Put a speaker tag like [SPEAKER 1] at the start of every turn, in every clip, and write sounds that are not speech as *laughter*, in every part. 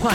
[SPEAKER 1] 话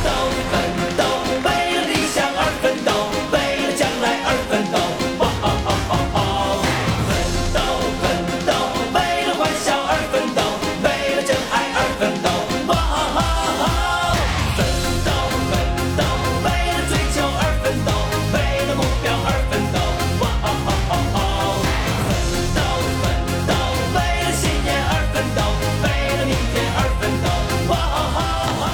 [SPEAKER 2] 奋斗，奋斗，为了理想而奋斗，为了将来而奋斗。哇哦哦哦哦！奋斗，奋斗，为了欢笑而奋斗，为了真爱而奋斗。哇哦哦哦！奋斗，奋斗，为了追求而奋斗，为了目标而奋斗。哇哦哦哦哦！奋斗，奋斗，为了信念而奋斗，为了明天而奋斗。哇哦哦哦！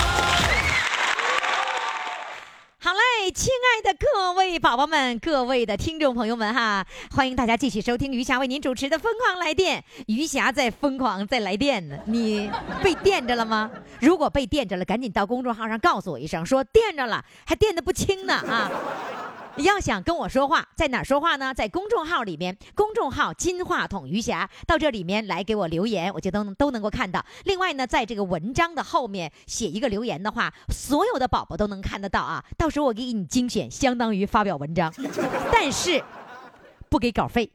[SPEAKER 3] 好嘞，亲爱的各位宝宝们，各位的听众朋友们哈，欢迎大家继续收听余霞为您主持的《疯狂来电》。余霞在疯狂在来电呢，你被电着了吗？如果被电着了，赶紧到公众号上告诉我一声，说电着了，还电的不轻呢啊！要想跟我说话，在哪儿说话呢？在公众号里面，公众号“金话筒余霞”，到这里面来给我留言，我就都能都能够看到。另外呢，在这个文章的后面写一个留言的话，所有的宝宝都能看得到啊。到时候我给你精选，相当于发表文章，但是不给稿费。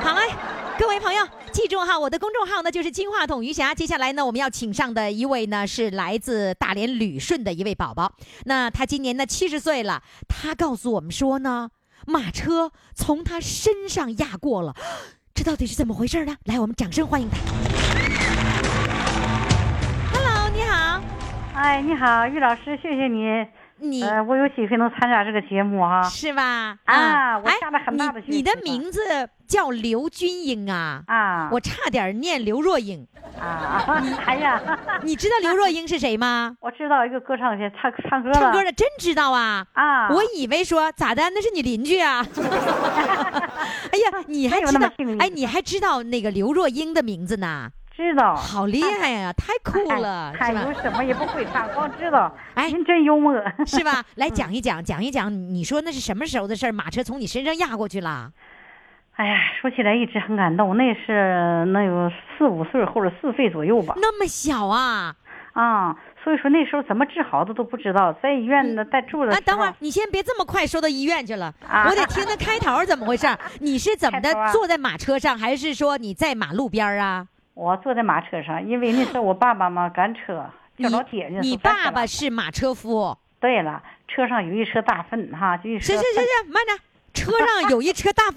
[SPEAKER 3] 好嘞，各位朋友，记住哈，我的公众号呢就是金话筒余霞。接下来呢，我们要请上的一位呢是来自大连旅顺的一位宝宝，那他今年呢七十岁了，他告诉我们说呢，马车从他身上压过了，这到底是怎么回事呢？来，我们掌声欢迎他。Hello，你好，
[SPEAKER 4] 哎，你好，于老师，谢谢你。
[SPEAKER 3] 你、
[SPEAKER 4] 呃，我有几回能参加这个节目哈、
[SPEAKER 3] 是吧？
[SPEAKER 4] 啊
[SPEAKER 3] 嗯
[SPEAKER 4] 我下了很大的
[SPEAKER 3] 哎
[SPEAKER 4] 决
[SPEAKER 3] 你。
[SPEAKER 4] 心
[SPEAKER 3] 你的
[SPEAKER 4] 是吧
[SPEAKER 3] 名字叫刘军英啊，
[SPEAKER 4] 啊，
[SPEAKER 3] 我差点念刘若英。
[SPEAKER 4] 啊， *laughs* 哎呀，
[SPEAKER 3] 你知道
[SPEAKER 4] 啊
[SPEAKER 3] 刘若英是谁吗？
[SPEAKER 4] 我知道一个歌唱去唱唱歌了，
[SPEAKER 3] 唱歌的真知道啊！
[SPEAKER 4] 啊，
[SPEAKER 3] 我以为说咋的，那是你邻居啊！ *laughs* 哎呀，你还
[SPEAKER 4] 没有
[SPEAKER 3] 知
[SPEAKER 4] 那么
[SPEAKER 3] 道
[SPEAKER 4] 幸？运
[SPEAKER 3] 哎，你还知道那个刘若英的名字呢？
[SPEAKER 4] 知道，
[SPEAKER 3] 好厉害呀、太酷了，
[SPEAKER 4] 还
[SPEAKER 3] 是
[SPEAKER 4] 哎有
[SPEAKER 3] 吧？
[SPEAKER 4] 什么也不会唱，光知道。
[SPEAKER 3] 哎
[SPEAKER 4] 您真幽默。 *laughs*
[SPEAKER 3] 是吧？来讲一讲，讲一讲，你说那是什么时候的事儿？马车从你身上压过去了，
[SPEAKER 4] 哎呀，说起来一直很感动，那是能有四五岁或者四岁左右吧，
[SPEAKER 3] 那么小啊！
[SPEAKER 4] 啊，所以说那时候怎么治好的都不知道，在医院呢，在住的时
[SPEAKER 3] 啊，
[SPEAKER 4] 候。
[SPEAKER 3] 等会儿，你先别这么快说到医院去了，
[SPEAKER 4] 哦啊
[SPEAKER 3] 我得听听开头怎么回事儿。你是怎么的
[SPEAKER 4] *laughs* 开头啊
[SPEAKER 3] 坐在马车上，还是说你在马路边儿啊？
[SPEAKER 4] 我坐在马车上，因为那时候我爸爸嘛赶车，叫老铁呢。
[SPEAKER 3] 你你
[SPEAKER 4] 走山去
[SPEAKER 3] 爸
[SPEAKER 4] 了
[SPEAKER 3] 爸是马车夫，
[SPEAKER 4] 对了，车上有一车大粪哈，就一车
[SPEAKER 3] 是是是是，慢着，车上有一车大粪，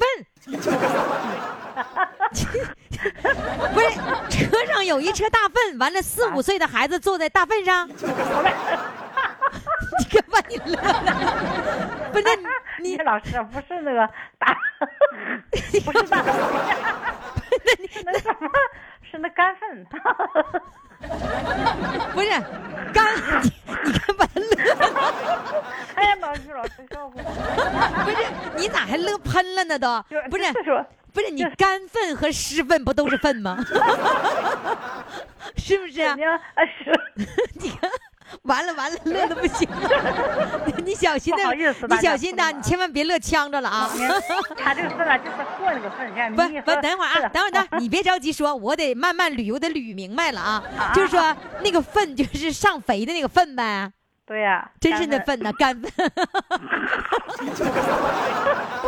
[SPEAKER 3] 不是，车上有一车大粪，完了四五岁的孩子坐在大粪 *laughs* 上，你干嘛你乐呢？不是
[SPEAKER 4] *laughs*
[SPEAKER 3] 你
[SPEAKER 4] 你
[SPEAKER 3] 你
[SPEAKER 4] 老师不是那个
[SPEAKER 3] *laughs*
[SPEAKER 4] 大，不是大，是那什么，是那干粪。
[SPEAKER 3] 不是刚你你干嘛乐呢？
[SPEAKER 4] 哎呀妈，于老师笑死我！
[SPEAKER 3] 不是你咋还乐喷了呢都？不是
[SPEAKER 4] 就说
[SPEAKER 3] 不是你干粪和湿粪不都是粪吗？ *laughs* 是不是啊
[SPEAKER 4] 你？看，哎是
[SPEAKER 3] *laughs* 你看，完了完了，乐的不行了。 *laughs* 你你小心
[SPEAKER 4] 不好
[SPEAKER 3] 点
[SPEAKER 4] 意，思
[SPEAKER 3] 你
[SPEAKER 4] 大家
[SPEAKER 3] 小心
[SPEAKER 4] 不
[SPEAKER 3] 点，
[SPEAKER 4] 能
[SPEAKER 3] 你千万别乐呛着了啊！ *laughs*
[SPEAKER 4] 他这个粪啊，就是和那个粪，像
[SPEAKER 3] 不
[SPEAKER 4] 你一
[SPEAKER 3] 不
[SPEAKER 4] 喝，
[SPEAKER 3] 等会儿啊，等会儿
[SPEAKER 4] *laughs*
[SPEAKER 3] 等会儿，你别着急说，我得慢慢捋，我得捋明白了啊。就是说，那个粪就是上肥的那个粪呗，
[SPEAKER 4] 对呀，
[SPEAKER 3] 真是那
[SPEAKER 4] 干
[SPEAKER 3] 粪呐，干粪。 *laughs*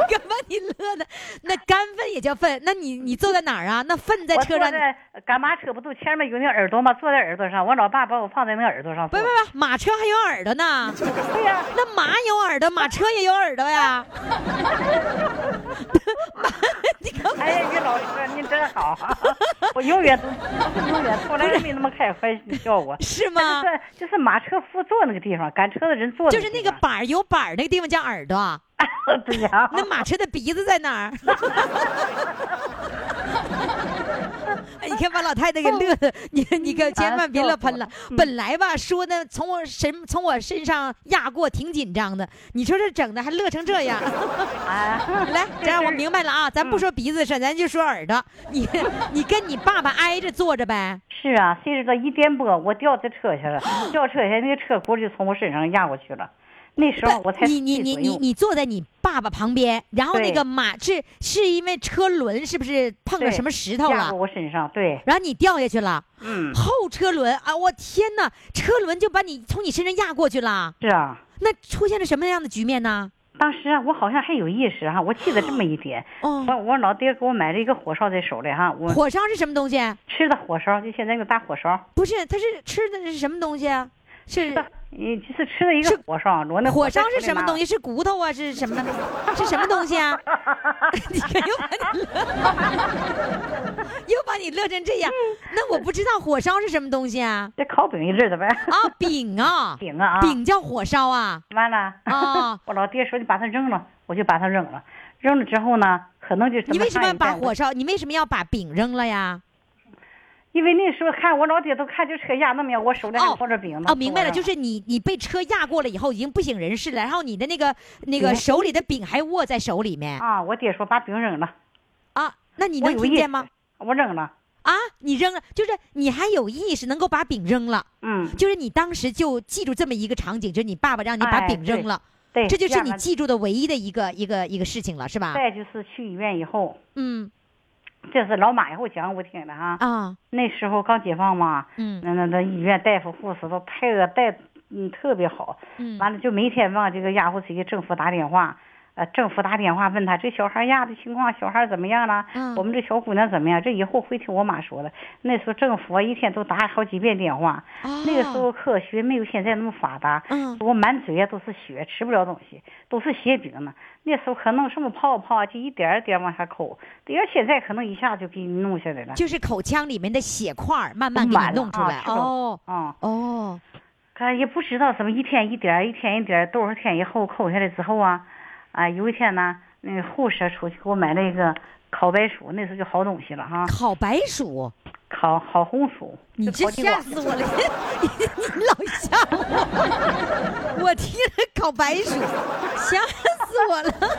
[SPEAKER 3] 干嘛你乐的？那干粪也叫粪？那你你坐在哪儿啊？那粪在
[SPEAKER 4] 我
[SPEAKER 3] 车
[SPEAKER 4] 坐
[SPEAKER 3] 上？
[SPEAKER 4] 在赶马车不都前面有那耳朵吗？坐在耳朵上，我老爸把我放在那耳朵上
[SPEAKER 3] 不
[SPEAKER 4] 坐。
[SPEAKER 3] 不不，马车还有耳朵呢。
[SPEAKER 4] 对呀，
[SPEAKER 3] 那马有耳朵，马车也有耳朵呀。 *laughs* 你看，
[SPEAKER 4] 哎呀，于老师，您真
[SPEAKER 3] *laughs*
[SPEAKER 4] 好啊！我永远都不是永远，从来都没那么开怀笑过。
[SPEAKER 3] 是吗？
[SPEAKER 4] 就是就是马车夫坐那个地方，赶车的人坐
[SPEAKER 3] 就是那个
[SPEAKER 4] 地方
[SPEAKER 3] 板儿有板儿那个地方叫耳朵，
[SPEAKER 4] *laughs* 对呀、
[SPEAKER 3] 那马车的鼻子在哪儿？ *laughs* 哎你看把老太太给乐的，你你可千万别乐喷了
[SPEAKER 4] 嗯啊笑死我。了
[SPEAKER 3] 本来吧说呢，从我身从我身上压过，挺紧张的。你说这整的还乐成这样， *laughs*
[SPEAKER 4] 哎，
[SPEAKER 3] 来，这样我明白了啊，咱不说鼻子事儿，咱就说耳朵。你你跟你爸爸挨着坐着呗。
[SPEAKER 4] 是啊，谁知道一颠簸，我掉在车下了，掉车下，那个车轱辘就从我身上压过去了。那时候
[SPEAKER 3] 不
[SPEAKER 4] 我才
[SPEAKER 3] 你你你
[SPEAKER 4] 10左
[SPEAKER 3] 你
[SPEAKER 4] 右
[SPEAKER 3] 你坐在你爸爸旁边，然后那
[SPEAKER 4] 对
[SPEAKER 3] 个马是是因为车轮是不是碰着
[SPEAKER 4] 对
[SPEAKER 3] 什么石头
[SPEAKER 4] 压
[SPEAKER 3] 了
[SPEAKER 4] 到？我身上，对，
[SPEAKER 3] 然后你掉下去了，
[SPEAKER 4] 嗯，
[SPEAKER 3] 后车轮啊！我天哪，车轮就把你从你身上压过去了。
[SPEAKER 4] 是啊。
[SPEAKER 3] 那出现了什么样的局面呢？
[SPEAKER 4] 当时啊，我好像还有意识哈、我记得这么一点。
[SPEAKER 3] 哦
[SPEAKER 4] 我我老爹给我买了一个火烧在手里哈、我
[SPEAKER 3] 火烧是什么东西？
[SPEAKER 4] 吃的火烧，就现在那个大火烧，
[SPEAKER 3] 不是，它是吃的是什么东西啊？是
[SPEAKER 4] *laughs* 你就是吃的一
[SPEAKER 3] 是
[SPEAKER 4] 个火烧，我那
[SPEAKER 3] 火
[SPEAKER 4] 烧
[SPEAKER 3] 烧是什么东西？？是骨头啊？是什么？是什么东西
[SPEAKER 4] *laughs*
[SPEAKER 3] 啊？你看又把你乐， *laughs* 又把你乐成这样。那我不知道火烧是什么东西啊？
[SPEAKER 4] 这烤饼一
[SPEAKER 3] *laughs*
[SPEAKER 4] 阵的呗，
[SPEAKER 3] 啊，饼啊，
[SPEAKER 4] 饼啊啊，
[SPEAKER 3] 饼叫火烧啊。
[SPEAKER 4] 完了。
[SPEAKER 3] 啊
[SPEAKER 4] *laughs* 我老爹说你把它扔了，我就把它扔了。扔了之后呢，可能就
[SPEAKER 3] 你为什么要
[SPEAKER 4] 看一
[SPEAKER 3] 把
[SPEAKER 4] 看我
[SPEAKER 3] 火烧？你为什么要把饼扔了呀？
[SPEAKER 4] 因为那时候看我老爹都看这车压那么样，我手里还
[SPEAKER 3] 哦
[SPEAKER 4] 抱着饼呢。
[SPEAKER 3] 哦，明白了，
[SPEAKER 4] 是
[SPEAKER 3] 就
[SPEAKER 4] 我说
[SPEAKER 3] 是你你被车压过了以后已经不省人事了，然后你的那个那个
[SPEAKER 4] 对
[SPEAKER 3] 手里的饼还握在手里面
[SPEAKER 4] 啊，我爹说把饼扔了，
[SPEAKER 3] 啊，那你
[SPEAKER 4] 我
[SPEAKER 3] 能
[SPEAKER 4] 有
[SPEAKER 3] 听
[SPEAKER 4] 意
[SPEAKER 3] 见
[SPEAKER 4] 识
[SPEAKER 3] 吗？？
[SPEAKER 4] 我扔了，
[SPEAKER 3] 啊，你扔了，就是你还有意识能够把饼扔了，
[SPEAKER 4] 嗯，
[SPEAKER 3] 就是你当时就记住这么一个场景，就是你爸爸让你把
[SPEAKER 4] 哎
[SPEAKER 3] 饼扔
[SPEAKER 4] 对
[SPEAKER 3] 了，
[SPEAKER 4] 对，
[SPEAKER 3] 这就是
[SPEAKER 4] 样啊
[SPEAKER 3] 你
[SPEAKER 4] 了
[SPEAKER 3] 记住的唯一的一个一个一个事情了，是吧？
[SPEAKER 4] 再就是去医院以后，
[SPEAKER 3] 嗯
[SPEAKER 4] 这是老马以后讲我听的哈。
[SPEAKER 3] 啊
[SPEAKER 4] 那时候刚解放嘛，
[SPEAKER 3] 嗯
[SPEAKER 4] 那那那医院大夫护士都配合带，嗯，特别好。
[SPEAKER 3] 嗯
[SPEAKER 4] 完了就每天往这个雅虎区给政府打电话，呃，政府打电话问他这小孩压的情况，小孩怎么样了？
[SPEAKER 3] 嗯
[SPEAKER 4] 我们这小姑娘怎么样？这以后会听我妈说的。那时候政府啊一天都打好几遍电话，
[SPEAKER 3] 啊
[SPEAKER 4] 那个时候科学没有现在那么发达。
[SPEAKER 3] 嗯
[SPEAKER 4] 我满嘴啊都是血，吃不了东西，都是血饼呢。那时候可能什么泡泡啊，就一点儿一点儿往下抠，要现在可能一下就给你弄下来了。
[SPEAKER 3] 就是口腔里面的血块儿慢慢给
[SPEAKER 4] 满
[SPEAKER 3] 你
[SPEAKER 4] 了
[SPEAKER 3] 弄出
[SPEAKER 4] 啊
[SPEAKER 3] 来，
[SPEAKER 4] 是的
[SPEAKER 3] 哦
[SPEAKER 4] 啊、
[SPEAKER 3] 哦，
[SPEAKER 4] 看也不知道怎么一天一点儿，一天一点儿，多少天以后抠下来之后啊，啊，有一天呢，那个护士出去给我买了一个烤白薯，那时候就好东西了哈，
[SPEAKER 3] 烤白薯。
[SPEAKER 4] 烤烤红薯，
[SPEAKER 3] 你
[SPEAKER 4] 就
[SPEAKER 3] 这
[SPEAKER 4] 烤地
[SPEAKER 3] 吓
[SPEAKER 4] 瓜
[SPEAKER 3] 死我了！ *laughs* 你你老吓我，我听着烤白
[SPEAKER 4] *laughs*
[SPEAKER 3] 薯，吓死我了。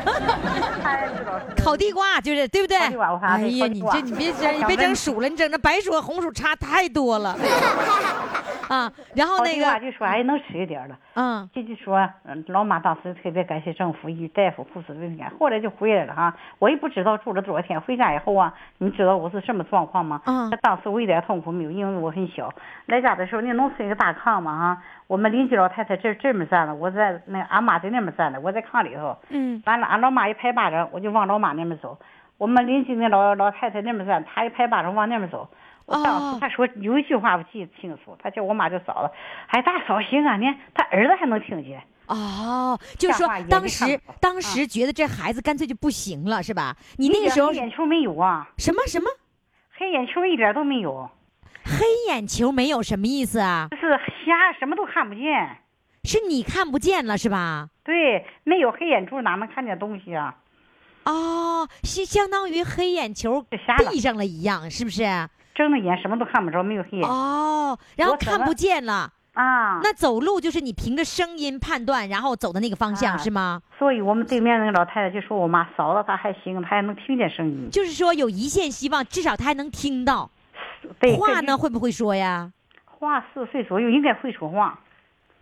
[SPEAKER 4] 哎知道是
[SPEAKER 3] 烤地瓜就是对不对？
[SPEAKER 4] 烤地瓜我发
[SPEAKER 3] 哎
[SPEAKER 4] 现
[SPEAKER 3] 呀，
[SPEAKER 4] 烤地
[SPEAKER 3] 你
[SPEAKER 4] 瓜
[SPEAKER 3] 这你别
[SPEAKER 4] *laughs*
[SPEAKER 3] 整，你别整薯了，你整那白薯和红薯差太多了。啊，然后
[SPEAKER 4] 烤
[SPEAKER 3] 那
[SPEAKER 4] 地瓜
[SPEAKER 3] 个，
[SPEAKER 4] 就说哎能吃一点儿了，
[SPEAKER 3] 嗯，
[SPEAKER 4] 这就说嗯老马当时特别感谢政府与大夫护士的温暖，后来就回来了哈，我也不知道住了多少天，回家以后啊，你知道我是什么状况吗？
[SPEAKER 3] 嗯
[SPEAKER 4] 当时我一点痛苦没有，因为我很小。来家的时候，那农村一个大炕嘛哈，我们邻居老太太这这面站着，我在那俺妈在那边站着，我在炕里头。
[SPEAKER 3] 嗯。
[SPEAKER 4] 完了，俺老妈一拍巴掌，我就往老妈那边走。我们邻居那老老太太那边站，她一拍巴掌往那边走。我当
[SPEAKER 3] 哦
[SPEAKER 4] 时她说有一句话我记得清楚，她叫我妈叫嫂子，哎大嫂行啊，你她儿子还能听见。
[SPEAKER 3] 哦，就是说
[SPEAKER 4] 吓坏眼睛
[SPEAKER 3] 当
[SPEAKER 4] 上
[SPEAKER 3] 时
[SPEAKER 4] 头
[SPEAKER 3] 当时觉得这孩子干脆就不行了，是吧？你那个时候
[SPEAKER 4] 黑眼球没有啊，
[SPEAKER 3] 什么什么
[SPEAKER 4] 黑眼球一点都没有，
[SPEAKER 3] 黑眼球没有什么意思啊？
[SPEAKER 4] 就是瞎，什么都看不见。
[SPEAKER 3] 是你看不见了是吧？
[SPEAKER 4] 对，没有黑眼珠哪能看见东西啊？
[SPEAKER 3] 哦，相相当于黑眼球
[SPEAKER 4] 就瞎了
[SPEAKER 3] 闭上了一样，是不是？
[SPEAKER 4] 睁着眼什么都看不着，没有黑眼、
[SPEAKER 3] 哦，然后
[SPEAKER 4] 我怎
[SPEAKER 3] 看
[SPEAKER 4] 么
[SPEAKER 3] 不见了。
[SPEAKER 4] 啊。
[SPEAKER 3] 那走路就是你凭着声音判断，然后走的那个方向、
[SPEAKER 4] 啊
[SPEAKER 3] 是吗？
[SPEAKER 4] 所以我们对面那个老太太就说我妈嫂子她还行，她还能听见声音。
[SPEAKER 3] 就是说有一线希望，至少他还能听到。
[SPEAKER 4] 对，
[SPEAKER 3] 话
[SPEAKER 4] 这就
[SPEAKER 3] 呢会不会说呀？
[SPEAKER 4] 话四岁左右应该会说话，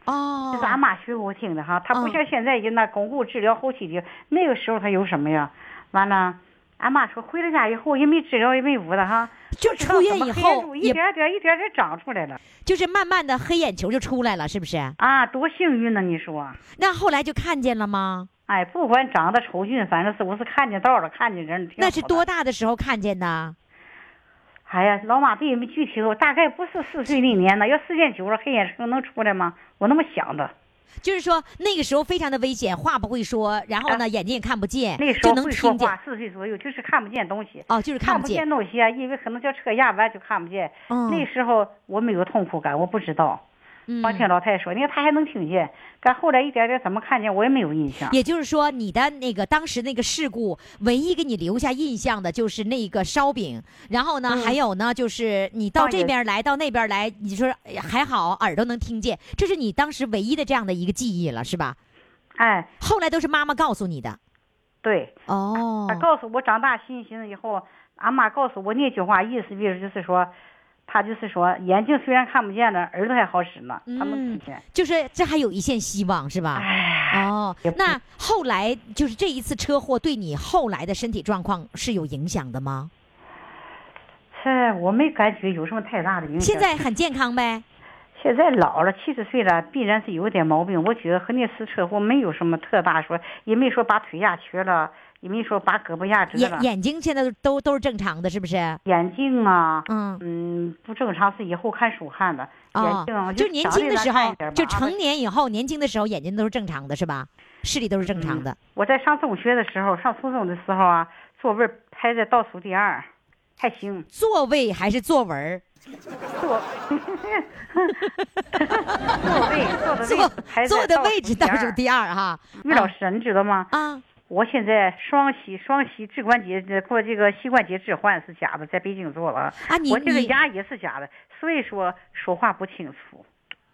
[SPEAKER 3] 哦
[SPEAKER 4] 这是，俺妈学给我听的哈。她不
[SPEAKER 3] 嗯
[SPEAKER 4] 像现在人那巩固治疗后期的，那个时候她有什么呀？完了，俺妈说回了家以后也没治疗也没捂的哈，
[SPEAKER 3] 就
[SPEAKER 4] 知道
[SPEAKER 3] 出院
[SPEAKER 4] 怎么
[SPEAKER 3] 以
[SPEAKER 4] 黑眼
[SPEAKER 3] 后
[SPEAKER 4] 珠一
[SPEAKER 3] 也
[SPEAKER 4] 点点一点点长出来了
[SPEAKER 3] 就是慢慢的黑眼球就出来了，是不是？
[SPEAKER 4] 啊，多幸运呢！你说，啊
[SPEAKER 3] 那后来就看见了吗？
[SPEAKER 4] 哎，不管长得丑俊，反正是我是看见道了，看见人挺
[SPEAKER 3] 那是
[SPEAKER 4] 好的
[SPEAKER 3] 多大的时候看见的？
[SPEAKER 4] 哎呀，老马对也没具体我大概不是四岁那年呢，要时间久了，黑眼球能出来吗？我那么想的，
[SPEAKER 3] 就是说那个时候非常的危险，话不会说，然后呢眼睛也看不见
[SPEAKER 4] 啊那，时
[SPEAKER 3] 就
[SPEAKER 4] 候
[SPEAKER 3] 能
[SPEAKER 4] 会说
[SPEAKER 3] 听见
[SPEAKER 4] 话，。四岁左右就是看不见东西，
[SPEAKER 3] 哦，就是
[SPEAKER 4] 看
[SPEAKER 3] 看不见
[SPEAKER 4] 见。东西啊，因为可能叫车压完就看不见。
[SPEAKER 3] 嗯
[SPEAKER 4] 那时候我没有痛苦感，我不知道。
[SPEAKER 3] 嗯
[SPEAKER 4] 光听老太太说，你看她还能听见，但后来一点点怎么看见我也没有印象。
[SPEAKER 3] 也就是说，你的那个当时那个事故，唯一给你留下印象的就是那个烧饼，然后呢，还有呢，就是你到
[SPEAKER 4] 放
[SPEAKER 3] 这
[SPEAKER 4] 人
[SPEAKER 3] 边来，到那边来，你说哎呀还好耳朵能听见，这是你当时唯一的这样的一个记忆了，是吧？
[SPEAKER 4] 哎，
[SPEAKER 3] 后来都是妈妈告诉你的。
[SPEAKER 4] 对，
[SPEAKER 3] 哦
[SPEAKER 4] 她告诉我长大心寻思以后，俺妈告诉我那句话，意思意思就是说，他就是说眼睛虽然看不见了，耳朵还好使呢，他能
[SPEAKER 3] 嗯
[SPEAKER 4] 听见。
[SPEAKER 3] 就是这还有一线希望是吧？
[SPEAKER 4] 哎，
[SPEAKER 3] 哦
[SPEAKER 4] 也，不
[SPEAKER 3] 那后来就是这一次车祸对你后来的身体状况是有影响的吗？
[SPEAKER 4] 这我没感觉有什么太大的影响。
[SPEAKER 3] 现在很健康呗？
[SPEAKER 4] 现在老了，七十岁了，必然是有点毛病。我觉得和那次车祸没有什么特大说，也没说把腿压瘸了，也没说把胳膊压折了
[SPEAKER 3] 眼，眼睛现在都都是正常的，是不是？
[SPEAKER 4] 眼睛啊，
[SPEAKER 3] 嗯
[SPEAKER 4] 嗯，不正常是以后看书看的，眼
[SPEAKER 3] 哦
[SPEAKER 4] 睛啊，
[SPEAKER 3] 就年轻的时候，就成
[SPEAKER 4] 成。
[SPEAKER 3] 年以后，年轻的时候眼睛都是正常的，是吧？视力都是正常的。
[SPEAKER 4] 我在上中学的时候，上初中的时候啊，座位排在倒数第二，还行。
[SPEAKER 3] 座位还是作文儿
[SPEAKER 4] 坐
[SPEAKER 3] *laughs*
[SPEAKER 4] *laughs* 座位坐的位
[SPEAKER 3] 坐
[SPEAKER 4] 置排在
[SPEAKER 3] 坐的位置倒数
[SPEAKER 4] 二。
[SPEAKER 3] 第二哈。
[SPEAKER 4] 于老师，你知道吗？
[SPEAKER 3] 啊，
[SPEAKER 4] 我现在双膝双膝置关节呃过这个膝关节置换是假的，在北京做了。
[SPEAKER 3] 啊你
[SPEAKER 4] 我这个
[SPEAKER 3] 你
[SPEAKER 4] 牙也是假的，所以说说话不清楚。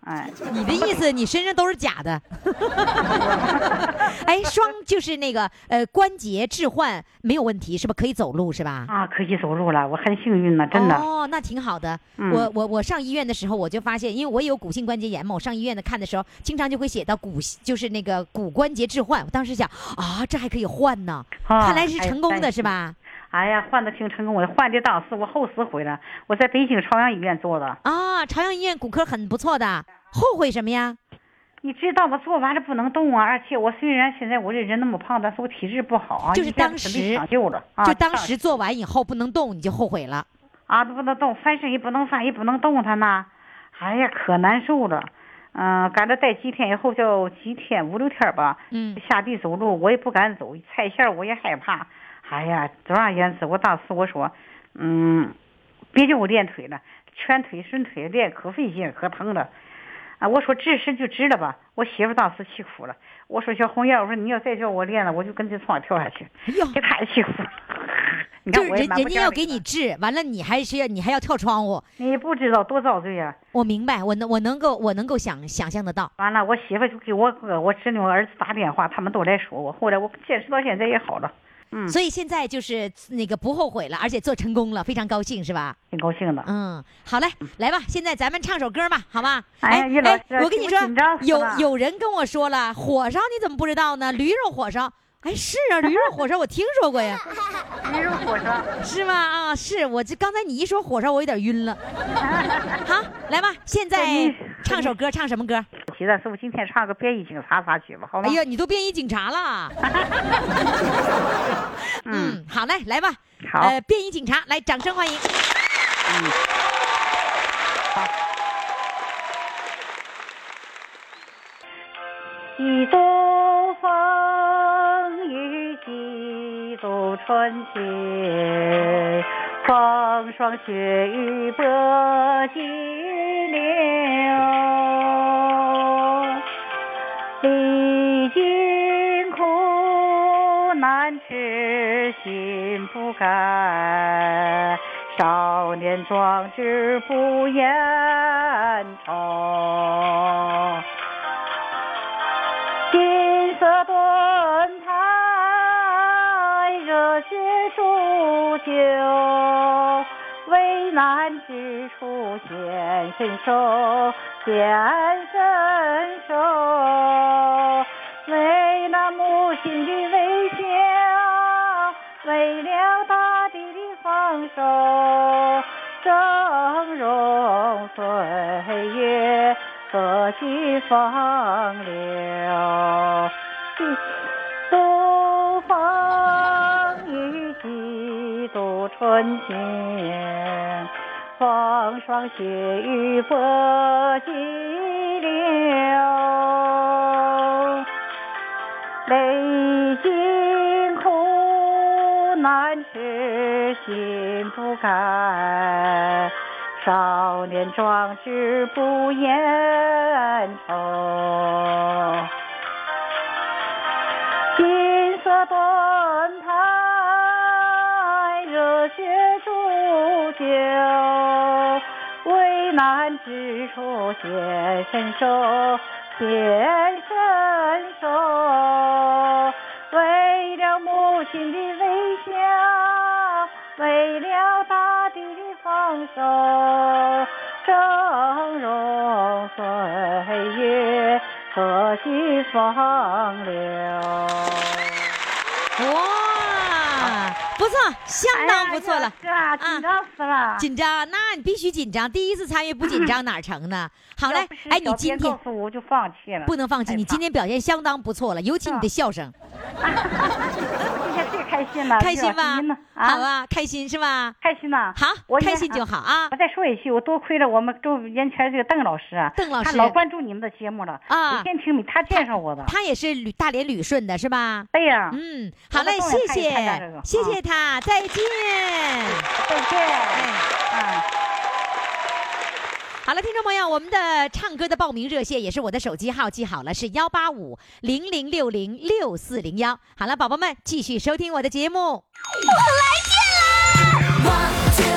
[SPEAKER 4] 哎，
[SPEAKER 3] 你的意思你身上都是假的？ *laughs* 哎，双就是那个呃关节置换没有问题是吧？可以走路是吧？
[SPEAKER 4] 啊，可以走路了，我很幸运呢，真的。
[SPEAKER 3] 哦，那挺好的。
[SPEAKER 4] 嗯
[SPEAKER 3] 我我我上医院的时候，我就发现，因为我也有骨性关节炎嘛，我上医院的看的时候，经常就会写到骨，就是那个骨关节置换。我当时想啊，这还可以换呢，
[SPEAKER 4] 啊
[SPEAKER 3] 看来是成功的
[SPEAKER 4] 哎
[SPEAKER 3] 是吧？
[SPEAKER 4] 哎呀，换的挺成功的，换的当时我后死悔了。我在北京朝阳医院做的，
[SPEAKER 3] 啊，朝阳医院骨科很不错的，后悔什么呀？
[SPEAKER 4] 你知道我做完了不能动啊，而且我虽然现在我这人那么胖，但是我体质不好啊，
[SPEAKER 3] 就是
[SPEAKER 4] 一下子
[SPEAKER 3] 当
[SPEAKER 4] 被
[SPEAKER 3] 时
[SPEAKER 4] 抢救了啊，
[SPEAKER 3] 就当
[SPEAKER 4] 上
[SPEAKER 3] 时做完以后不能动，你就后悔了。
[SPEAKER 4] 啊，都不能动，翻身也不能翻，也不能动弹呐。哎呀，可难受了。嗯、赶着待几天以后，就几天五六天吧。
[SPEAKER 3] 嗯
[SPEAKER 4] 下地走路我也不敢走，踩线儿我也害怕。哎呀，总而言之，我当时我说，嗯，别叫我练腿了，全腿顺腿练可费劲可疼了。啊，我说治是就治了吧。我媳妇当时气哭了，我说小红艳，我说你要再叫我练了，我就跟这窗跳下去，
[SPEAKER 3] 哎呦，
[SPEAKER 4] 这太气哭了。 *laughs* 你
[SPEAKER 3] 就
[SPEAKER 4] 看
[SPEAKER 3] 是
[SPEAKER 4] 我也
[SPEAKER 3] 人
[SPEAKER 4] 蛮
[SPEAKER 3] 人
[SPEAKER 4] 不
[SPEAKER 3] 家
[SPEAKER 4] 讲
[SPEAKER 3] 要
[SPEAKER 4] 理
[SPEAKER 3] 给
[SPEAKER 4] 的
[SPEAKER 3] 你治，完了你还是要你还要跳窗户。
[SPEAKER 4] 你不知道多遭罪呀、
[SPEAKER 3] 我明白，我能我能够我能够想想象得到。
[SPEAKER 4] 完了，我媳妇就给我哥、我侄女、我儿子打电话，他们都来说我。后来我坚持到现在也好了，嗯
[SPEAKER 3] 所以现在就是那个不后悔了，而且做成功了，非常高兴是吧？
[SPEAKER 4] 挺高兴的。
[SPEAKER 3] 嗯，好嘞，来吧，现在咱们唱首歌吧，好吧？
[SPEAKER 4] 哎呀叶老师
[SPEAKER 3] 我跟你
[SPEAKER 4] 我
[SPEAKER 3] 说
[SPEAKER 4] 紧张，死
[SPEAKER 3] 有
[SPEAKER 4] 了
[SPEAKER 3] 有人跟我说了，火烧你怎么不知道呢？驴肉火烧，哎，是
[SPEAKER 4] *laughs*
[SPEAKER 3] 啊，驴肉火烧我听说过呀，
[SPEAKER 4] 驴肉火烧，
[SPEAKER 3] 是吗？啊，是我这刚才你一说火烧，我有点晕
[SPEAKER 4] *laughs*
[SPEAKER 3] 了。好，来吧，现在
[SPEAKER 4] 你
[SPEAKER 3] 唱首歌，唱什么歌？
[SPEAKER 4] 媳妇，师傅今天唱个《便衣警察》啥曲吧，好吗？
[SPEAKER 3] 哎呀，你都便衣警察
[SPEAKER 4] *laughs*
[SPEAKER 3] 了。 *laughs* 嗯，好嘞，来吧。
[SPEAKER 4] 好
[SPEAKER 3] 呃，便衣警察，来，掌声欢迎。
[SPEAKER 4] 几度风雨几度春节，风霜雪雨搏激流。历尽苦难，痴心不改，少年壮志不言愁。金色盾牌，热血铸就，危难之处显身手，显身手，为那母亲的微笑，为了大地的丰收，峥嵘岁月。何须风流？度风雨，几度春情，风霜雪雨搏激流。历尽苦难，痴心不改，少年壮志不言愁。金色盾牌，热血铸就，危难之处显身手，显身手，为了母亲的微笑，为了大地的丰手峥嵘岁月何其风流。
[SPEAKER 3] 哇，不错，相当不错了。
[SPEAKER 4] 哎呀哥，紧张死了。
[SPEAKER 3] 哎紧张，那你必须紧张。第一次参与不紧张哪成
[SPEAKER 4] *laughs*
[SPEAKER 3] 呢？好嘞
[SPEAKER 4] 要不是，
[SPEAKER 3] 哎，你
[SPEAKER 4] 小哎
[SPEAKER 3] 今
[SPEAKER 4] 编
[SPEAKER 3] 天
[SPEAKER 4] 告诉我，我就放弃了。
[SPEAKER 3] 不能放弃，
[SPEAKER 4] 害
[SPEAKER 3] 你今
[SPEAKER 4] 怕
[SPEAKER 3] 天表现相当不错了，尤其你的笑声，
[SPEAKER 4] 哎
[SPEAKER 3] *laughs*
[SPEAKER 4] 今天最啊开心了，
[SPEAKER 3] 开心
[SPEAKER 4] 老
[SPEAKER 3] 吧
[SPEAKER 4] 师您呢？
[SPEAKER 3] 好，啊，开心是吧？
[SPEAKER 4] 开心呐！
[SPEAKER 3] 好
[SPEAKER 4] 我，
[SPEAKER 3] 开心就
[SPEAKER 4] 好。
[SPEAKER 3] 好啊
[SPEAKER 4] *laughs* 我。再说一句，我多亏了我们周人泉这个邓老师啊，
[SPEAKER 3] 邓老师
[SPEAKER 4] 他老关注你们的节目了
[SPEAKER 3] 啊
[SPEAKER 4] 我天听你他介绍我的。
[SPEAKER 3] 他也是旅大连旅顺的是吧？
[SPEAKER 4] 对呀，
[SPEAKER 3] 嗯，好
[SPEAKER 4] 我们
[SPEAKER 3] 嘞，
[SPEAKER 4] 动
[SPEAKER 3] 谢
[SPEAKER 4] 也看一看他这
[SPEAKER 3] 谢
[SPEAKER 4] 个，
[SPEAKER 3] 谢
[SPEAKER 4] 啊
[SPEAKER 3] 谢他，再见。
[SPEAKER 4] 再见。
[SPEAKER 3] 哎
[SPEAKER 4] 嗯。
[SPEAKER 3] 好了，听众朋友，我们的唱歌的报名热线也是我的手机号，记好了，是幺八五零零六零六四零幺。好了，宝宝们继续收听我的节目。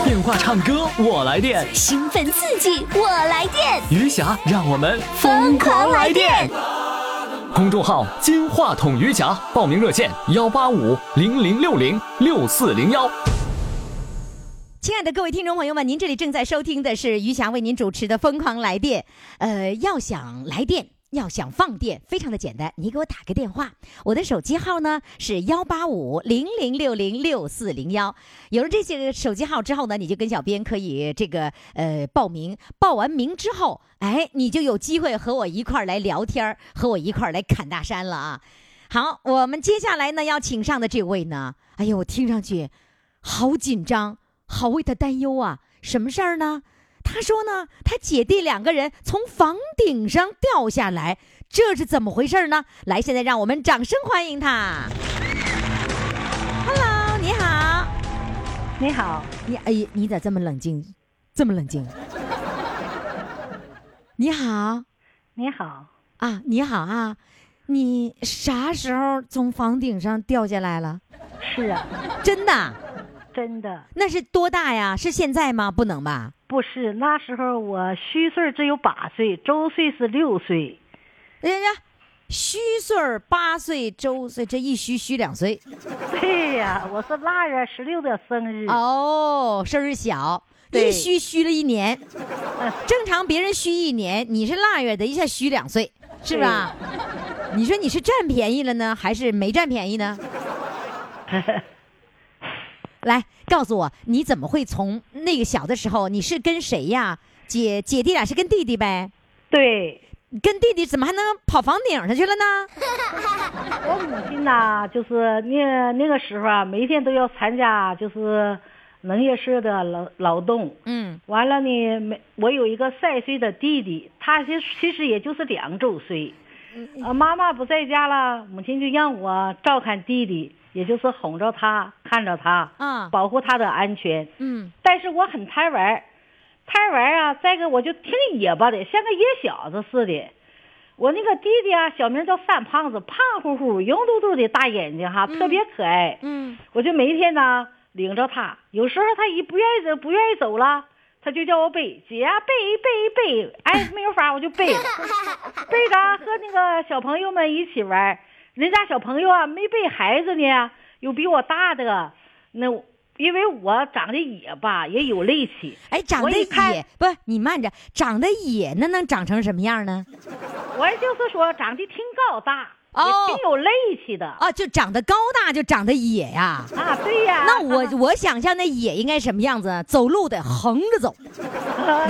[SPEAKER 1] 电话唱歌我来电，
[SPEAKER 5] 兴奋刺激，我来电！
[SPEAKER 1] 余霞让我们
[SPEAKER 5] 疯狂来
[SPEAKER 1] 电。公众号“金话筒余霞”，报名热线：幺八五零零六零六四零幺。
[SPEAKER 3] 亲爱的各位听众朋友们，您这里正在收听的是余霞为您主持的《疯狂来电》。呃，要想来电，要想放电，非常的简单，你给我打个电话，我的手机号呢是幺八五零零六零六四零幺。有了这些个手机号之后呢，你就跟小编可以这个呃报名，报完名之后，哎，你就有机会和我一块儿来聊天儿，和我一块儿来侃大山了啊。好，我们接下来呢要请上的这位呢，哎呦，我听上去好紧张，好为他担忧啊！什么事儿呢？他说呢，他姐弟两个人从房顶上掉下来，这是怎么回事呢？来，现在让我们掌声欢迎他。Hello，你好，
[SPEAKER 4] 你好，
[SPEAKER 3] 你哎呀，你咋这么冷静？这么冷静？你好
[SPEAKER 4] 你好，
[SPEAKER 3] 啊，你好啊，你啥时候从房顶上掉下来了？
[SPEAKER 4] 是啊，
[SPEAKER 3] 真的？
[SPEAKER 4] 真的
[SPEAKER 3] 那是多大呀？是现在吗？不能吧？
[SPEAKER 4] 不是那时候我虚岁只有八岁，周岁是六岁。
[SPEAKER 3] 人家虚岁儿八岁周岁，这一虚虚两岁
[SPEAKER 4] 对呀、我是腊月十六的生日。
[SPEAKER 3] 哦，生日小，
[SPEAKER 4] 嗯对
[SPEAKER 3] 一虚虚了一年。正常别人虚一年，你是腊月的，一下虚两岁，是吧？你说你是占便宜了呢，还是没占便宜呢？来告诉我，你怎么会从那个小的时候，你是跟谁呀？姐姐弟俩是跟弟弟呗？
[SPEAKER 4] 对，
[SPEAKER 3] 跟弟弟怎么还能跑房顶上去了呢？
[SPEAKER 4] 我母亲呐、就是那那个时候啊，每天都要参加就是农业社的劳劳动。
[SPEAKER 3] 嗯，
[SPEAKER 4] 完了呢，没我有一个三岁的弟弟，他其实其实也就是两周岁。呃，妈妈不在家了，母亲就让我照看弟弟，也就是哄着他，看着他，
[SPEAKER 3] 啊
[SPEAKER 4] 保护他的安全。
[SPEAKER 3] 嗯，
[SPEAKER 4] 但是我很贪玩儿，贪玩儿啊，再一个我就挺野巴的，像个野小子似的。我那个弟弟啊，小名叫三胖子，胖乎乎、圆嘟嘟的大眼睛哈，特别可爱。
[SPEAKER 3] 嗯，
[SPEAKER 4] 我就每一天呢领着他，有时候他一不愿意走，不愿意走了，他就叫我背，姐啊背背背，哎没有法我就
[SPEAKER 3] *laughs*
[SPEAKER 4] 背了，背着啊和那个小朋友们一起玩儿，人家小朋友啊没背孩子呢，有比我大的，那我因为我长得野吧，也有力气，
[SPEAKER 3] 哎，长
[SPEAKER 4] 我
[SPEAKER 3] 得
[SPEAKER 4] 一看
[SPEAKER 3] 野不是？你慢着，长得野那能长成什么样呢？
[SPEAKER 4] 我就是说长得挺高大，
[SPEAKER 3] 哦
[SPEAKER 4] 也挺有力气的
[SPEAKER 3] 啊，就长得高大就长得野呀、
[SPEAKER 4] 啊，对呀、
[SPEAKER 3] 那我
[SPEAKER 4] *laughs*
[SPEAKER 3] 我想象那野应该什么样子？啊走路得横着
[SPEAKER 4] *laughs*
[SPEAKER 3] 走，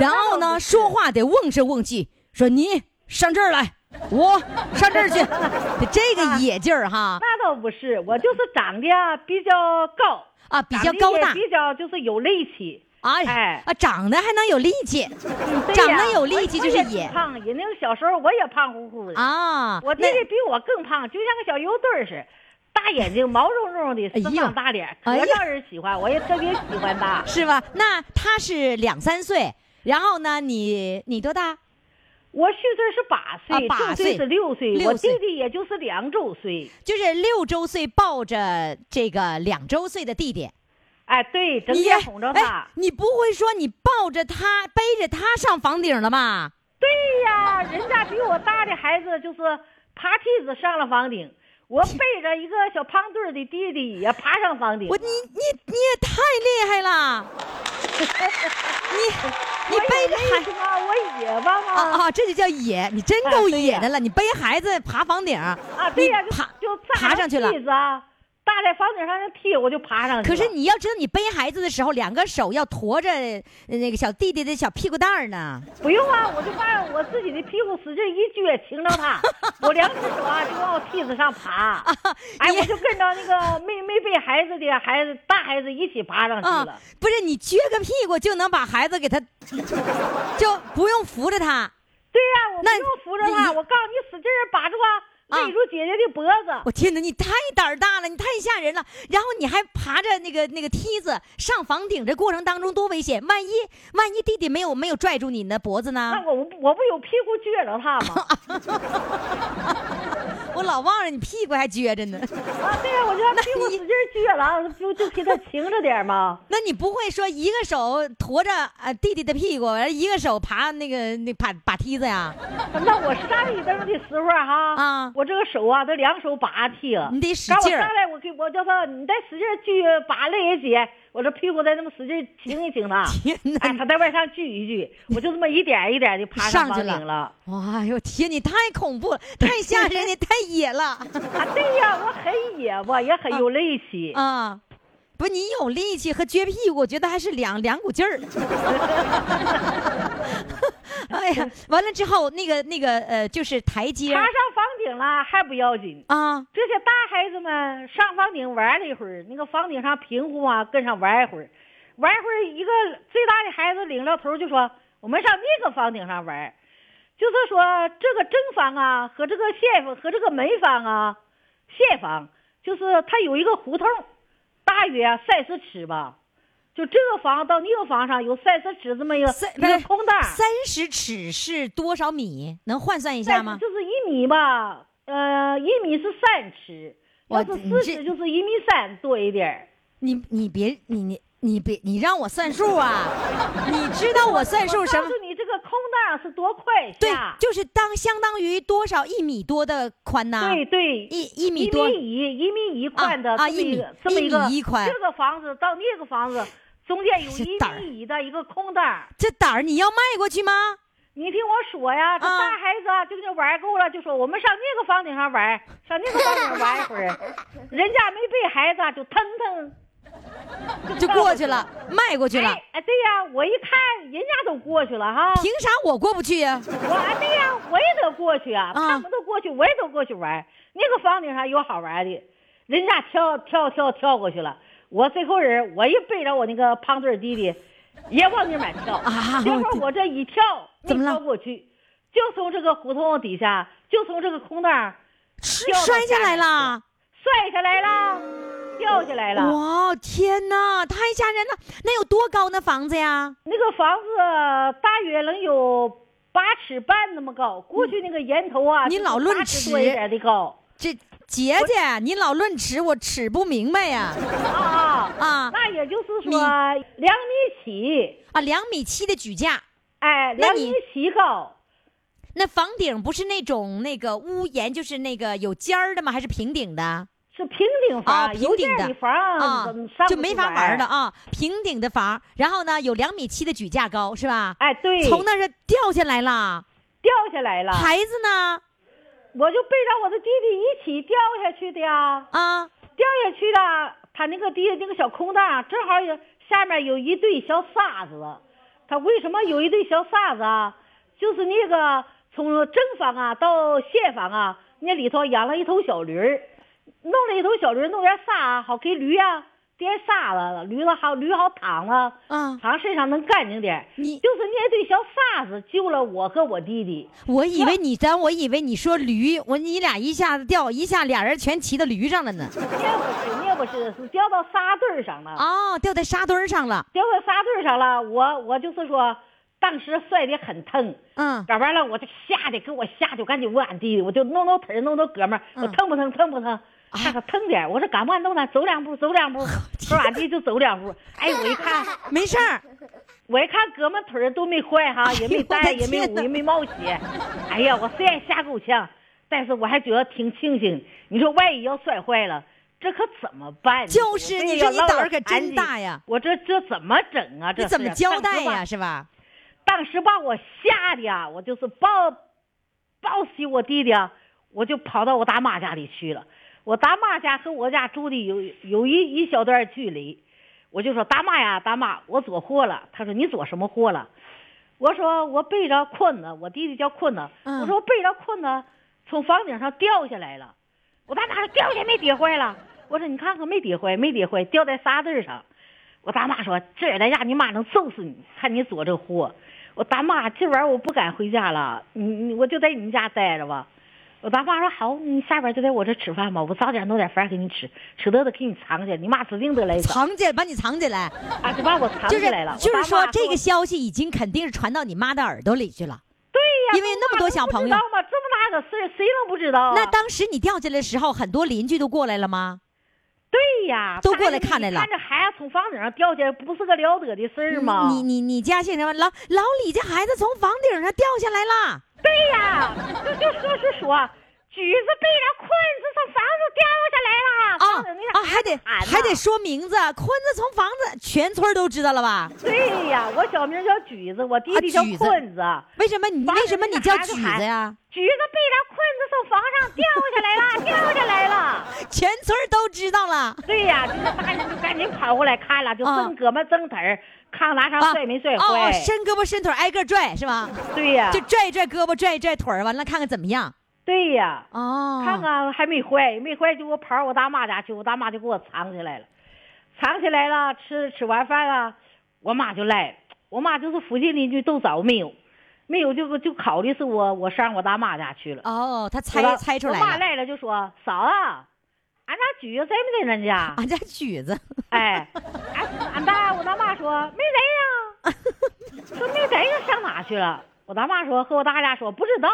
[SPEAKER 3] 然后呢，说话得瓮声瓮气，说你上这儿来，我上这儿去， *laughs* 就这
[SPEAKER 4] 啊
[SPEAKER 3] 个野劲儿哈
[SPEAKER 4] 那倒不是，我就是长得啊比较高。
[SPEAKER 3] 啊，比较
[SPEAKER 4] 长得
[SPEAKER 3] 高
[SPEAKER 4] 也
[SPEAKER 3] 大，
[SPEAKER 4] 比较就是有力气。
[SPEAKER 3] 哎
[SPEAKER 4] 哎
[SPEAKER 3] 啊，长得还能有力气
[SPEAKER 4] 对
[SPEAKER 3] 嗯长得
[SPEAKER 4] 呀
[SPEAKER 3] 有力气
[SPEAKER 4] 我
[SPEAKER 3] 就是
[SPEAKER 4] 我也挺
[SPEAKER 3] 野
[SPEAKER 4] 胖，也那个小时候我也胖乎乎的。
[SPEAKER 3] 啊。
[SPEAKER 4] 我弟
[SPEAKER 3] 那
[SPEAKER 4] 弟比我更胖，就像个小油墩儿似的，大眼睛，毛茸茸的，
[SPEAKER 3] 哎呀
[SPEAKER 4] 生长大脸，可
[SPEAKER 3] 哎呀
[SPEAKER 4] 让人喜欢。我也特别喜欢他。
[SPEAKER 3] 是吧？那他是两三岁，然后呢，你你多大？
[SPEAKER 4] 我虚岁是八岁，
[SPEAKER 3] 啊八
[SPEAKER 4] 周岁
[SPEAKER 3] 岁
[SPEAKER 4] 是六岁，
[SPEAKER 3] 六
[SPEAKER 4] 我弟
[SPEAKER 3] 岁
[SPEAKER 4] 弟也就是两周岁。
[SPEAKER 3] 就是六周岁抱着这个两周岁的弟弟，
[SPEAKER 4] 哎，对，整
[SPEAKER 3] 你
[SPEAKER 4] 天哄着他
[SPEAKER 3] 哎。你不会说你抱着他背着他上房顶了吧？
[SPEAKER 4] 对呀，人家比我大的孩子就是爬梯子上了房顶，我背着一个小胖墩儿的弟弟也爬上房顶了。 *laughs*
[SPEAKER 3] 我你你你也太厉害了！你背着孩
[SPEAKER 4] 什么我野吧吗？
[SPEAKER 3] 啊啊，这就叫野，你真够
[SPEAKER 4] 啊对
[SPEAKER 3] 野
[SPEAKER 4] 呀
[SPEAKER 3] 的了。你背孩子爬房顶儿，
[SPEAKER 4] 啊，对呀、
[SPEAKER 3] 你
[SPEAKER 4] 就
[SPEAKER 3] 爬
[SPEAKER 4] 就
[SPEAKER 3] 爬上去了。
[SPEAKER 4] 梯子啊，搭在房顶上的梯，我就爬上去
[SPEAKER 3] 可
[SPEAKER 4] 了。
[SPEAKER 3] 是你要知道，你背孩子的时候，两个手要驮着呃那个小弟弟的小屁股蛋儿呢。
[SPEAKER 4] 不用啊，我就把我自己的屁股使劲一撅，擎着它，
[SPEAKER 3] *laughs*
[SPEAKER 4] 我两只手啊就往梯子上爬，哎，
[SPEAKER 3] 啊你
[SPEAKER 4] 我就跟着那个没没背孩子的孩子大孩子一起爬上去
[SPEAKER 3] 啊、
[SPEAKER 4] 了。
[SPEAKER 3] 不是你撅个屁股就能把孩子给他，就不用扶着他。
[SPEAKER 4] 对呀、我不
[SPEAKER 3] 那
[SPEAKER 4] 用扶着
[SPEAKER 3] 你
[SPEAKER 4] 他，我告诉你，使劲儿把住啊，
[SPEAKER 3] 啊
[SPEAKER 4] 勒住姐姐的脖子。
[SPEAKER 3] 我天哪，你太胆儿大了，你太吓人了。然后你还爬着那个那个梯子上房顶，这过程当中多危险！万一万一弟弟没有没有拽住你的脖子呢
[SPEAKER 4] 那？我不我不有屁股撅着他
[SPEAKER 3] *laughs*
[SPEAKER 4] 吗？
[SPEAKER 3] 我老忘了你屁股还撅着呢。 *laughs*
[SPEAKER 4] 啊，对呀、我就让屁股
[SPEAKER 3] 那你
[SPEAKER 4] 使劲儿撅了，就就给他擎着点儿嘛。
[SPEAKER 3] 那你不会说一个手驮着呃弟弟的屁股，完了一个手爬那个那爬把梯子呀？ *laughs*
[SPEAKER 4] 那我上一蹬的时候啊哈，
[SPEAKER 3] 啊
[SPEAKER 4] 我这个手啊，他两手拔踢了，
[SPEAKER 3] 你得使
[SPEAKER 4] 刚
[SPEAKER 3] 劲儿
[SPEAKER 4] 我上来，我给我叫他，你再使劲儿锯拔累一姐，我这屁股再那么使劲儿挺一挺
[SPEAKER 3] *laughs*
[SPEAKER 4] 他，
[SPEAKER 3] 天哪
[SPEAKER 4] 哎，他再往上锯一锯，我就这么一点一点的爬
[SPEAKER 3] 上
[SPEAKER 4] 房
[SPEAKER 3] 去
[SPEAKER 4] 顶
[SPEAKER 3] 了
[SPEAKER 4] 了。
[SPEAKER 3] 哇哟天，你太恐怖了，太吓人，你太野了
[SPEAKER 4] 啊，对呀，我很野，我也很有力气。
[SPEAKER 3] 啊！不，你有力气和撅屁股，我觉得还是两两股劲儿。 *laughs* 哎呀，完了之后，那个那个呃，就是台阶
[SPEAKER 4] 爬上房顶了还不要紧，
[SPEAKER 3] 啊，
[SPEAKER 4] 这些大孩子们上房顶玩了一会儿，那个房顶上平湖啊，跟上玩一会儿，玩一会儿，一个最大的孩子领了头就说：“我们上那个房顶上玩。”就是说这个正房啊和这个现房和这个门房啊，现房就是它有一个胡同，大约三十尺吧。就这个房到那个房上有三十尺这么一个
[SPEAKER 3] 三
[SPEAKER 4] 一个空档，
[SPEAKER 3] 三十尺是多少米？能换算一
[SPEAKER 4] 但
[SPEAKER 3] 下
[SPEAKER 4] 是
[SPEAKER 3] 吗？
[SPEAKER 4] 就是一米吧，呃，一米是三尺，
[SPEAKER 3] 我
[SPEAKER 4] 要是
[SPEAKER 3] 你
[SPEAKER 4] 四
[SPEAKER 3] 这
[SPEAKER 4] 尺就是一米三多一点儿。
[SPEAKER 3] 你你别你你你别你让我算数啊！你知道我算数什
[SPEAKER 4] 我
[SPEAKER 3] 么
[SPEAKER 4] 告？诉你这个空档是多快
[SPEAKER 3] 对
[SPEAKER 4] 下？，
[SPEAKER 3] 就是当相当于多少一米多的宽呐、
[SPEAKER 4] 对对，
[SPEAKER 3] 一一米
[SPEAKER 4] 一
[SPEAKER 3] 多
[SPEAKER 4] 米一一米一宽的
[SPEAKER 3] 啊
[SPEAKER 4] 这么一个
[SPEAKER 3] 啊
[SPEAKER 4] 这么
[SPEAKER 3] 一米
[SPEAKER 4] 一个
[SPEAKER 3] 一米一宽
[SPEAKER 4] 这个房子到那个房子中间有
[SPEAKER 3] 是
[SPEAKER 4] 一
[SPEAKER 3] 胆儿
[SPEAKER 4] 米一的一个空档。
[SPEAKER 3] 这胆儿你要迈过去吗？
[SPEAKER 4] 你听我说呀，这
[SPEAKER 3] 啊
[SPEAKER 4] 大孩子啊，就跟这玩够了，就说我们上那个房顶上玩，上那个房顶上玩一会儿，人家没背孩子啊就腾腾
[SPEAKER 3] 就
[SPEAKER 4] 到
[SPEAKER 3] 过
[SPEAKER 4] 了
[SPEAKER 3] 去了，迈过去了。
[SPEAKER 4] 哎，哎对呀，我一看人家都过去了哈，
[SPEAKER 3] 凭啥我过不去呀、
[SPEAKER 4] 我哎对呀，我也得过去啊，
[SPEAKER 3] 啊
[SPEAKER 4] 他们都过去，我也都过去玩。那个房顶上有好玩的，人家跳跳跳跳过去了，我最后人我一背着我那个胖墩儿弟弟，也往那边跳，
[SPEAKER 3] 啊
[SPEAKER 4] 结
[SPEAKER 3] 我
[SPEAKER 4] 果
[SPEAKER 3] 的
[SPEAKER 4] 我这一跳
[SPEAKER 3] 怎么
[SPEAKER 4] 没
[SPEAKER 3] 了
[SPEAKER 4] 跳过去，就从这个胡同底下，就从这个空档掉到
[SPEAKER 3] 摔下来
[SPEAKER 4] 面去
[SPEAKER 3] 啦！
[SPEAKER 4] 摔下来啦，掉下来了。
[SPEAKER 3] 哇，天哪，太吓人了！那有多高那房子呀？
[SPEAKER 4] 那个房子大约能有八尺半那么高，过去那个檐头啊，
[SPEAKER 3] 嗯你
[SPEAKER 4] 就是
[SPEAKER 3] 老论
[SPEAKER 4] 八
[SPEAKER 3] 尺
[SPEAKER 4] 尺多一点的高
[SPEAKER 3] 这姐姐，你老论尺，我尺不明白呀、
[SPEAKER 4] 啊啊
[SPEAKER 3] 啊
[SPEAKER 4] 那也就是说
[SPEAKER 3] 你
[SPEAKER 4] 两米起，
[SPEAKER 3] 啊，两米七的举架，
[SPEAKER 4] 哎，
[SPEAKER 3] 那
[SPEAKER 4] 两
[SPEAKER 3] 你
[SPEAKER 4] 米起高，
[SPEAKER 3] 那房顶不是那种那个屋檐，就是那个有尖儿的吗？还是平顶的？
[SPEAKER 4] 是平顶房，
[SPEAKER 3] 哦，
[SPEAKER 4] 有
[SPEAKER 3] 平
[SPEAKER 4] 点
[SPEAKER 3] 顶的
[SPEAKER 4] 儿的房
[SPEAKER 3] 啊
[SPEAKER 4] 嗯怎么上，
[SPEAKER 3] 就
[SPEAKER 4] 不
[SPEAKER 3] 没
[SPEAKER 4] 去
[SPEAKER 3] 法
[SPEAKER 4] 玩
[SPEAKER 3] 玩了。啊！平顶的房，然后呢有两米七的举架高，是吧？
[SPEAKER 4] 哎，对，
[SPEAKER 3] 从那儿掉下来了，
[SPEAKER 4] 掉下来了，
[SPEAKER 3] 孩子呢？
[SPEAKER 4] 我就背着我的弟弟一起掉下去的呀，
[SPEAKER 3] 啊，
[SPEAKER 4] 掉下去了，他那个地那个小空档正好有下面有一堆小沙子，他为什么有一堆小沙子啊？就是那个从正房啊到现房啊，那里头养了一头小驴儿，弄了一头小驴儿，弄点沙好给驴啊垫沙子，驴子好驴好躺了，
[SPEAKER 3] 啊
[SPEAKER 4] 躺身上能干净点。
[SPEAKER 3] 你
[SPEAKER 4] 就是那堆小沙子救了我和我弟弟。
[SPEAKER 3] 我以为你咱，我以为你说驴，我你俩一下子掉，一下俩人全骑到驴上了呢。
[SPEAKER 4] 那不是那不是是掉到沙堆儿上了。
[SPEAKER 3] 哦，掉在沙堆儿上了。
[SPEAKER 4] 掉到沙堆儿上了，我我就是说，当时摔得很疼，
[SPEAKER 3] 嗯，
[SPEAKER 4] 搞完了我就吓得给我吓得，赶紧问俺弟弟，我就弄弄腿儿弄弄胳们儿，我
[SPEAKER 3] 嗯
[SPEAKER 4] 疼不疼疼不疼？看看疼点儿，我说敢不敢弄呢？走两步走
[SPEAKER 3] *laughs*
[SPEAKER 4] 两步，说俺弟就走两步，哎我一看
[SPEAKER 3] 没事儿。
[SPEAKER 4] 我一看哥们腿儿都没坏哈，
[SPEAKER 3] 哎
[SPEAKER 4] 也
[SPEAKER 3] 呦
[SPEAKER 4] 没
[SPEAKER 3] 我的
[SPEAKER 4] 断，也没
[SPEAKER 3] 天
[SPEAKER 4] 捂，
[SPEAKER 3] 哪
[SPEAKER 4] 也没冒血。哎呀，我虽然吓够呛，但是我还觉得挺庆幸。你说万一要摔坏了，这可怎么办？
[SPEAKER 3] 就是
[SPEAKER 4] 我这
[SPEAKER 3] 你说
[SPEAKER 4] 要
[SPEAKER 3] 你
[SPEAKER 4] 落
[SPEAKER 3] 胆
[SPEAKER 4] 了
[SPEAKER 3] 儿可
[SPEAKER 4] 盘
[SPEAKER 3] 真
[SPEAKER 4] 鸡
[SPEAKER 3] 大呀！
[SPEAKER 4] 我这这怎么整啊？这
[SPEAKER 3] 你怎么
[SPEAKER 4] 是
[SPEAKER 3] 交
[SPEAKER 4] 当时
[SPEAKER 3] 代
[SPEAKER 4] 吧
[SPEAKER 3] 呀？是吧？
[SPEAKER 4] 当时把我吓得呀，我就是抱抱起我弟弟啊，我就跑到我大妈家里去了。我大妈家和我家住的有有一一小段距离，我就说大妈呀，大妈，我做货了。她说你做什么货了？我说我背着捆子，我弟弟叫捆子。
[SPEAKER 3] 嗯
[SPEAKER 4] 我说我背着捆子从房顶上掉下来了。我大妈说掉下来没跌坏了。我说你看看没跌坏，没跌坏，掉在沙子上。我大妈说：“这儿在家你妈能揍死你，看你做这货。”我大妈，今晚我不敢回家了，你你我就在你们家待着吧。我大妈说：“好，你下班就在我这吃饭吧，我早点弄点饭给你吃，吃得的给你藏起来，你妈指定得来找，
[SPEAKER 3] 藏起来，把你藏起来，
[SPEAKER 4] 啊，就把我藏
[SPEAKER 3] 就
[SPEAKER 4] 起
[SPEAKER 3] 是
[SPEAKER 4] 来了。我
[SPEAKER 3] 就
[SPEAKER 4] 大
[SPEAKER 3] 是
[SPEAKER 4] 妈
[SPEAKER 3] 说这
[SPEAKER 4] 我
[SPEAKER 3] 个消息已经肯定是传到你妈的耳朵里去了。
[SPEAKER 4] 对呀，
[SPEAKER 3] 因为那么多小朋友
[SPEAKER 4] 我妈能不知道吗？这么大个事儿谁能不知道啊？
[SPEAKER 3] 那当时你掉下来的时候，很多邻居都过来了吗？
[SPEAKER 4] 对呀，
[SPEAKER 3] 都过来
[SPEAKER 4] 大家
[SPEAKER 3] 看来了
[SPEAKER 4] 看着孩子从房顶上掉下来，不是个了得的事儿吗？
[SPEAKER 3] 你你你家姓什么？老老李家孩子从房顶上掉下来了。
[SPEAKER 4] 对呀，就就说是说，橘子被人困子从房子掉下来了
[SPEAKER 3] 啊
[SPEAKER 4] 放在那
[SPEAKER 3] 啊，
[SPEAKER 4] 个
[SPEAKER 3] 还得
[SPEAKER 4] 孩子喊呢
[SPEAKER 3] 还得说名字，坤子从房子，全村都知道了吧？
[SPEAKER 4] 对呀，我小名叫橘子，我弟弟
[SPEAKER 3] 啊
[SPEAKER 4] 叫
[SPEAKER 3] 橘子
[SPEAKER 4] 困子。
[SPEAKER 3] 为什么你
[SPEAKER 4] 完了
[SPEAKER 3] 为什么你叫橘子呀？
[SPEAKER 4] 橘子被人困子从房上掉下来了，掉下来了。
[SPEAKER 3] 全村都知道了。
[SPEAKER 4] 对呀，这个大人就赶紧跑过来看了，就
[SPEAKER 3] 啊
[SPEAKER 4] 挣胳膊挣腿儿，看拿
[SPEAKER 3] 啊
[SPEAKER 4] 啥摔没摔
[SPEAKER 3] 哦，
[SPEAKER 4] 坏
[SPEAKER 3] 哦。伸胳膊伸腿挨个拽是吧？
[SPEAKER 4] 对呀
[SPEAKER 3] 就，拽一拽胳膊，拽一拽腿儿，完了看看怎么样。
[SPEAKER 4] 对呀，
[SPEAKER 3] 哦，
[SPEAKER 4] 看看还没坏，没坏就我跑我大妈家去，我大妈就给我藏起来了，藏起来了，吃吃完饭了，我妈就来了，我妈就是附近邻居都找没有，没有就就考虑是我我上我大妈家去了，
[SPEAKER 3] 哦，他
[SPEAKER 4] 我
[SPEAKER 3] 猜
[SPEAKER 4] 大
[SPEAKER 3] 猜出
[SPEAKER 4] 我妈
[SPEAKER 3] 来了。
[SPEAKER 4] 来了就说嫂子，俺家橘子在没在咱家？
[SPEAKER 3] 俺家橘啊子，
[SPEAKER 4] 哎，俺俺大我大妈说没人呀，说没人呀上哪去了？我大妈说和我大家说不知道，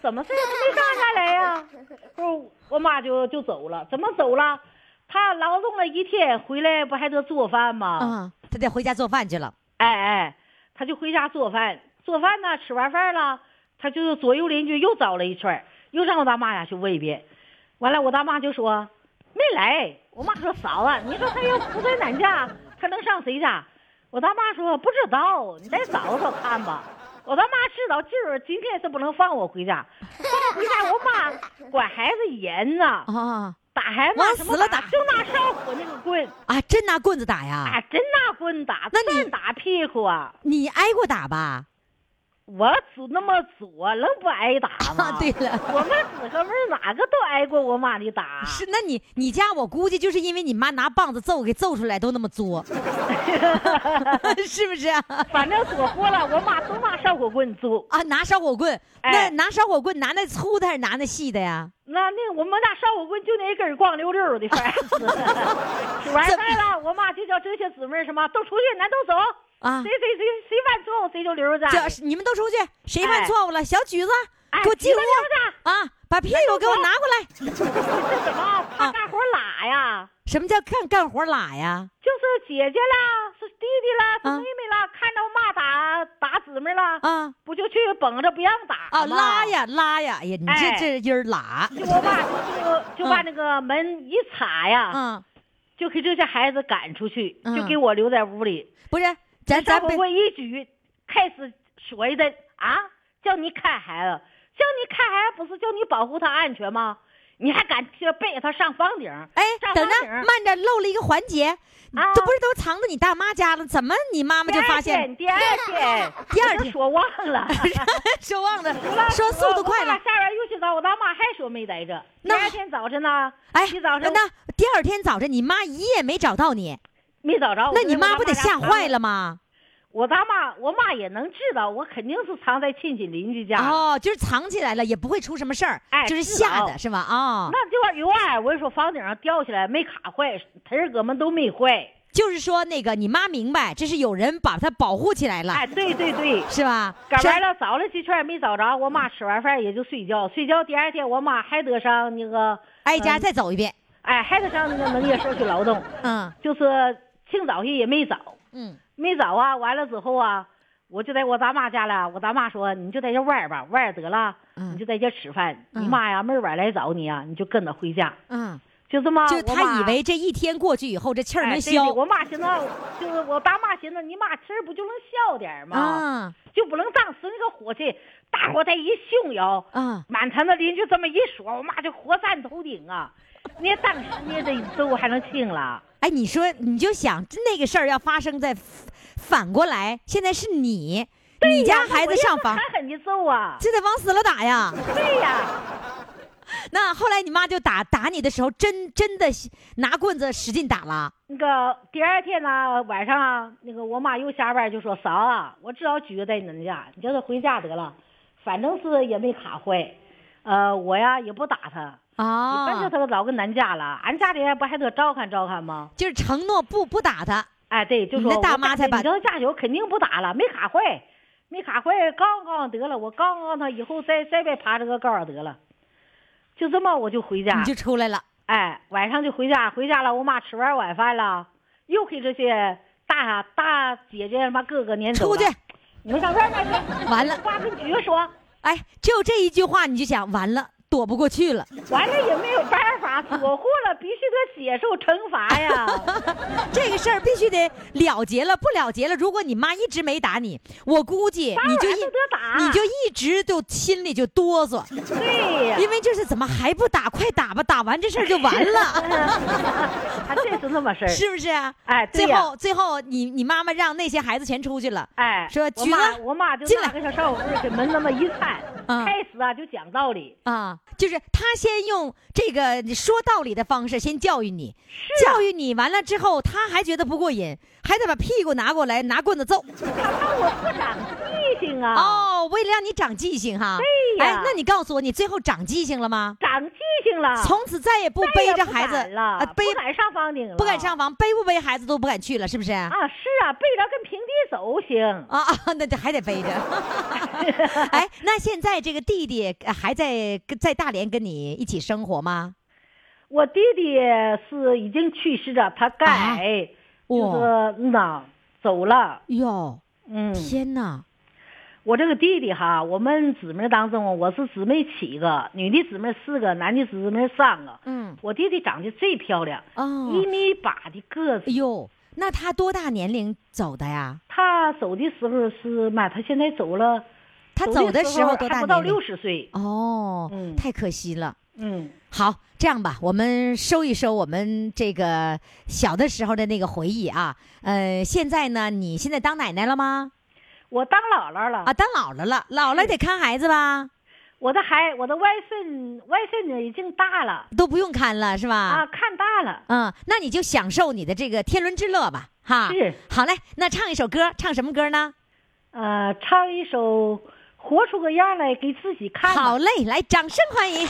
[SPEAKER 4] 怎么事儿没上下来呀？后我妈就就走了，怎么走了？她劳动了一天回来不还得做饭吗？
[SPEAKER 3] 啊，他得回家做饭去了。
[SPEAKER 4] 哎哎，他就回家做饭，做饭呢，吃完饭了，他就左右邻居又找了一圈儿，又让我大妈呀去问一遍。完了，我大妈就说没来。我妈说嫂子，你说他要不在咱家，他能上谁家？我大妈说不知道，你再找找看吧。我大妈知道今儿今天是不能放我回家，放我回家我妈管孩子严呐，
[SPEAKER 3] 啊
[SPEAKER 4] 打孩子
[SPEAKER 3] 往
[SPEAKER 4] 什么
[SPEAKER 3] 死了打
[SPEAKER 4] 就拿烧火那个棍，
[SPEAKER 3] 啊，真拿棍子打呀？
[SPEAKER 4] 啊，真拿棍打，
[SPEAKER 3] 那你
[SPEAKER 4] 真打屁股啊。
[SPEAKER 3] 你挨过打吧？
[SPEAKER 4] 我祖那么左，能不挨打
[SPEAKER 3] *laughs*
[SPEAKER 4] 吗？
[SPEAKER 3] 啊，对，了。
[SPEAKER 4] 我们姊个妹儿哪个都挨过我妈的打。
[SPEAKER 3] 是，那你你家我估计就是因为你妈拿棒子揍给揍出来都那么 *laughs* 作，是不是啊？
[SPEAKER 4] *laughs* 反正左过了，我妈都拿烧火棍揍。
[SPEAKER 3] 啊拿烧火棍，那
[SPEAKER 4] 哎
[SPEAKER 3] 拿烧火棍拿那粗的还是拿那细的呀？
[SPEAKER 4] 那那我们那烧火棍就那一根儿光溜溜的，反正
[SPEAKER 3] *laughs*
[SPEAKER 4] 是吃完饭了，我妈就叫这些姊妹儿什么都出去，咱都走。
[SPEAKER 3] 啊
[SPEAKER 4] 谁，谁谁谁犯错误谁就留着家
[SPEAKER 3] 这
[SPEAKER 4] 里。
[SPEAKER 3] 你们都出去，谁犯
[SPEAKER 4] 哎
[SPEAKER 3] 错误了？小橘子，
[SPEAKER 4] 哎
[SPEAKER 3] 给我
[SPEAKER 4] 橘
[SPEAKER 3] 进
[SPEAKER 4] 子
[SPEAKER 3] 屋啊，把屁股给我拿过来。
[SPEAKER 4] 这怎么
[SPEAKER 3] 啊
[SPEAKER 4] 怕干活拉呀？
[SPEAKER 3] 什么叫干干活拉呀？
[SPEAKER 4] 就是姐姐啦，是弟弟啦，是
[SPEAKER 3] 啊
[SPEAKER 4] 妹妹啦，看着妈打打姊妹啦，
[SPEAKER 3] 啊
[SPEAKER 4] 不就去绷着不让打
[SPEAKER 3] 啊
[SPEAKER 4] 吗
[SPEAKER 3] 拉！呀拉呀！哎呀，你这
[SPEAKER 4] 哎
[SPEAKER 3] 这音儿拉
[SPEAKER 4] 就我爸就就就把那个门一插呀，
[SPEAKER 3] 啊，
[SPEAKER 4] 就给这些孩子赶出去，
[SPEAKER 3] 嗯
[SPEAKER 4] 就给我留在屋里。
[SPEAKER 3] 不是，咱咱
[SPEAKER 4] 张火
[SPEAKER 3] 别
[SPEAKER 4] 锅一举开始说一顿啊，叫你看孩子，叫你看孩子不是叫你保护他安全吗？你还敢去背着他上房顶？
[SPEAKER 3] 哎，
[SPEAKER 4] 上
[SPEAKER 3] 等
[SPEAKER 4] 房
[SPEAKER 3] 着，
[SPEAKER 4] 顶儿
[SPEAKER 3] 慢着，漏了一个环节，
[SPEAKER 4] 啊
[SPEAKER 3] 都不是都藏在你大妈家了，怎么你妈妈就发现？
[SPEAKER 4] 第二天，
[SPEAKER 3] *laughs* 第二
[SPEAKER 4] 我就
[SPEAKER 3] 天
[SPEAKER 4] 说忘了，
[SPEAKER 3] 说忘了 *laughs*
[SPEAKER 4] 我，
[SPEAKER 3] 说速度快
[SPEAKER 4] 我
[SPEAKER 3] 了
[SPEAKER 4] 爸。下边又去找我大妈，还说没在这。第
[SPEAKER 3] 那
[SPEAKER 4] 二天早晨呢？
[SPEAKER 3] 哎，
[SPEAKER 4] 一早上
[SPEAKER 3] 那第二天早晨你妈一夜没找到你，
[SPEAKER 4] 没找着。我
[SPEAKER 3] 那
[SPEAKER 4] 就
[SPEAKER 3] 你
[SPEAKER 4] 在我
[SPEAKER 3] 妈
[SPEAKER 4] 大
[SPEAKER 3] 不得
[SPEAKER 4] 家
[SPEAKER 3] 吓
[SPEAKER 4] 旁
[SPEAKER 3] 坏
[SPEAKER 4] 边
[SPEAKER 3] 了吗？
[SPEAKER 4] 我大妈，我妈也能知道，我肯定是藏在亲戚邻居家。
[SPEAKER 3] 哦，就是藏起来了，也不会出什么事儿，
[SPEAKER 4] 哎
[SPEAKER 3] 就是
[SPEAKER 4] 是
[SPEAKER 3] 吓
[SPEAKER 4] 的
[SPEAKER 3] 的是吧？啊、
[SPEAKER 4] 那这玩意儿有啊，我就说房顶上掉下来没卡坏，腿儿哥们都没坏。
[SPEAKER 3] 就是说那个你妈明白，这是有人把她保护起来了，
[SPEAKER 4] 哎，对对对，
[SPEAKER 3] 是吧？
[SPEAKER 4] 赶
[SPEAKER 3] 是
[SPEAKER 4] 完了找了几圈没找着，我妈吃完饭也就睡觉，睡觉第二天我妈还得上那个，
[SPEAKER 3] 挨家
[SPEAKER 4] 嗯
[SPEAKER 3] 再走一遍，
[SPEAKER 4] 哎，还得上那个农业社区劳动，
[SPEAKER 3] 嗯
[SPEAKER 4] 就是清早去也没找，
[SPEAKER 3] 嗯，
[SPEAKER 4] 没找啊。完了之后啊，我就在我大妈家了。我大妈说：“你就在这玩儿吧，玩儿得了，
[SPEAKER 3] 嗯
[SPEAKER 4] 你就在这吃饭。
[SPEAKER 3] 嗯
[SPEAKER 4] 你妈呀，妹儿晚来找你啊，你就跟着回家。
[SPEAKER 3] 嗯，
[SPEAKER 4] 就这么。
[SPEAKER 3] 就
[SPEAKER 4] 我
[SPEAKER 3] 他以
[SPEAKER 4] 妈
[SPEAKER 3] 为这一天过去以后，这气儿
[SPEAKER 4] 哎
[SPEAKER 3] 能
[SPEAKER 4] 对对
[SPEAKER 3] 消
[SPEAKER 4] 我妈寻思，就是我大妈寻思，你妈气儿不就能消点儿吗？
[SPEAKER 3] 啊
[SPEAKER 4] 就不能当时那个火气，大火再一熊摇，
[SPEAKER 3] 啊！
[SPEAKER 4] 满城的邻居这么一说，我妈就火山头顶啊！你也当时你也得这我还能庆了，
[SPEAKER 3] 哎，你说你就想那个事儿要发生在反过来，现在是你，你家孩子上房
[SPEAKER 4] 狠，狠的
[SPEAKER 3] *laughs*
[SPEAKER 4] 揍啊！
[SPEAKER 3] 这得往死了打呀！
[SPEAKER 4] 对呀，
[SPEAKER 3] 那后来你妈就打打你的时候，真真的拿棍子使劲打了。
[SPEAKER 4] 那个第二天呢晚上啊那个我妈又下班就说嫂啊，我知道橘子在你们家，你叫他回家得了，反正是也没卡坏，呃，我呀也不打他。
[SPEAKER 3] 啊，
[SPEAKER 4] 反正他老跟咱家了，俺家里不还得照看照看吗？
[SPEAKER 3] 就是承诺不不打他。
[SPEAKER 4] 哎，对，就
[SPEAKER 3] 你
[SPEAKER 4] 说
[SPEAKER 3] 那
[SPEAKER 4] 我
[SPEAKER 3] 大妈
[SPEAKER 4] 家
[SPEAKER 3] 才
[SPEAKER 4] 里
[SPEAKER 3] 把
[SPEAKER 4] 你叫他下去，我肯定不打了，没卡坏，没卡坏，杠杠得了，我杠杠他，以后再再别爬这个高儿得了。就这么我就回家
[SPEAKER 3] 你，就出来了。
[SPEAKER 4] 哎，晚上就回家，回家了，我妈吃完晚饭了，又给这些大大姐姐他妈哥哥撵
[SPEAKER 3] 出
[SPEAKER 4] 走了。
[SPEAKER 3] 去，
[SPEAKER 4] 你们上外面去。
[SPEAKER 3] 完了
[SPEAKER 4] 我爸跟局说，
[SPEAKER 3] 哎，就这一句话你就想完了，躲不过去了。
[SPEAKER 4] 完了也没有办
[SPEAKER 3] *laughs*
[SPEAKER 4] 法，躲过了必须得接受惩罚呀。
[SPEAKER 3] *laughs* 这个事儿必须得了结了，不了结了，如果你妈一直没打你，我估计
[SPEAKER 4] 当
[SPEAKER 3] 你就
[SPEAKER 4] 然
[SPEAKER 3] 一
[SPEAKER 4] 就得打
[SPEAKER 3] 你就一直就心里就哆嗦，
[SPEAKER 4] 对呀。
[SPEAKER 3] 因为就是怎么还不打，快打吧，打完这事儿就完
[SPEAKER 4] *laughs*
[SPEAKER 3] 了，
[SPEAKER 4] 还真啊是那么事儿。
[SPEAKER 3] 是不是啊？
[SPEAKER 4] 哎对
[SPEAKER 3] 最
[SPEAKER 4] 呀
[SPEAKER 3] 后最后你你妈妈让那些孩子全出去了，
[SPEAKER 4] 哎，
[SPEAKER 3] 说
[SPEAKER 4] 我
[SPEAKER 3] 橘子
[SPEAKER 4] 妈，我妈就
[SPEAKER 3] 进
[SPEAKER 4] 拿
[SPEAKER 3] 来
[SPEAKER 4] 个小烧火棍儿给门那么一摊，
[SPEAKER 3] 嗯
[SPEAKER 4] 开始啊就讲道理，
[SPEAKER 3] 啊，就是他先用这个说道理的方式先教育你，
[SPEAKER 4] 啊
[SPEAKER 3] 教育你完了之后，他还觉得不过瘾，还得把屁股拿过来拿棍子揍。
[SPEAKER 4] 她怕我不长记性啊，
[SPEAKER 3] 哦，为了让你长记性哈。
[SPEAKER 4] 对呀
[SPEAKER 3] 哎，那你告诉我，你最后长记性了吗？
[SPEAKER 4] 长记性了，
[SPEAKER 3] 从此再也不
[SPEAKER 4] 再
[SPEAKER 3] 背
[SPEAKER 4] 也
[SPEAKER 3] 着
[SPEAKER 4] 啊不
[SPEAKER 3] 孩子
[SPEAKER 4] 敢了
[SPEAKER 3] 啊，背
[SPEAKER 4] 不敢上房顶了，
[SPEAKER 3] 不敢上房，背不背孩子都不敢去了，是不是？啊
[SPEAKER 4] 啊，是啊，背着跟平地走行，
[SPEAKER 3] 啊，那这还得
[SPEAKER 4] *laughs*
[SPEAKER 3] 背着。哎，那现在这个弟弟呃还在跟在大连跟你一起生活吗？
[SPEAKER 4] 我弟弟是已经去世了，他
[SPEAKER 3] 啊
[SPEAKER 4] 改，就
[SPEAKER 3] 哇
[SPEAKER 4] 是嗯呐走了，
[SPEAKER 3] 哟，
[SPEAKER 4] 嗯，
[SPEAKER 3] 天哪！
[SPEAKER 4] 我这个弟弟哈，我们姊妹当中啊，我是姊妹七个，女的姊妹四个，男的姊妹三个。
[SPEAKER 3] 嗯，
[SPEAKER 4] 我弟弟长得最漂亮，
[SPEAKER 3] 哦
[SPEAKER 4] 一米八的
[SPEAKER 3] 哎
[SPEAKER 4] 个子。
[SPEAKER 3] 呦，那他多大年龄走的呀？
[SPEAKER 4] 他走的时候是妈，他现在走了。
[SPEAKER 3] 他走的时候多大
[SPEAKER 4] 还不到
[SPEAKER 3] 年
[SPEAKER 4] 六
[SPEAKER 3] 龄？
[SPEAKER 4] 十岁。
[SPEAKER 3] 哦，
[SPEAKER 4] 嗯
[SPEAKER 3] 太可惜了。
[SPEAKER 4] 嗯，
[SPEAKER 3] 好，这样吧，我们收一收我们这个小的时候的那个回忆啊。呃，现在呢，你现在当奶奶了吗？
[SPEAKER 4] 我当姥姥了。
[SPEAKER 3] 啊，当姥姥了，姥姥得看孩子吧，
[SPEAKER 4] 我的孩，我的外孙，外孙女已经大了
[SPEAKER 3] 都不用看了是吧？
[SPEAKER 4] 啊，看大了。
[SPEAKER 3] 嗯，那你就享受你的这个天伦之乐吧，哈。
[SPEAKER 4] 是。
[SPEAKER 3] 好嘞，那唱一首歌，唱什么歌呢？
[SPEAKER 4] 呃，唱一首《活出个样来给自己看》吧。
[SPEAKER 3] 好嘞，来，掌声欢迎。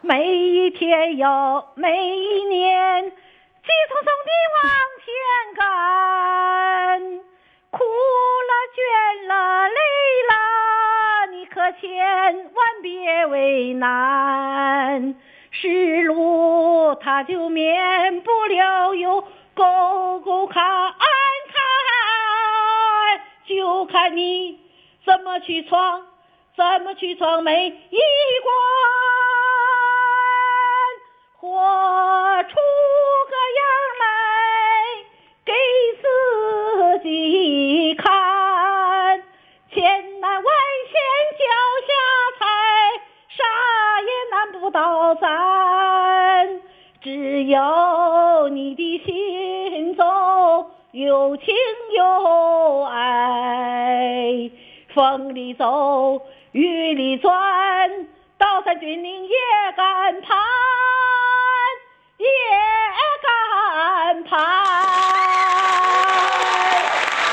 [SPEAKER 4] 每一天哟，每一年，急匆匆地往前赶，苦了倦了累了，你可千万别为难。是路它就免不了有沟沟坎坎，就看你怎么去闯，怎么去闯每一关，活出个样来给自己看，千难万险脚下踩，啥也难不倒咱。只有你的心中有情有爱，风里走，雨里转，到山峻岭也敢攀，也敢攀。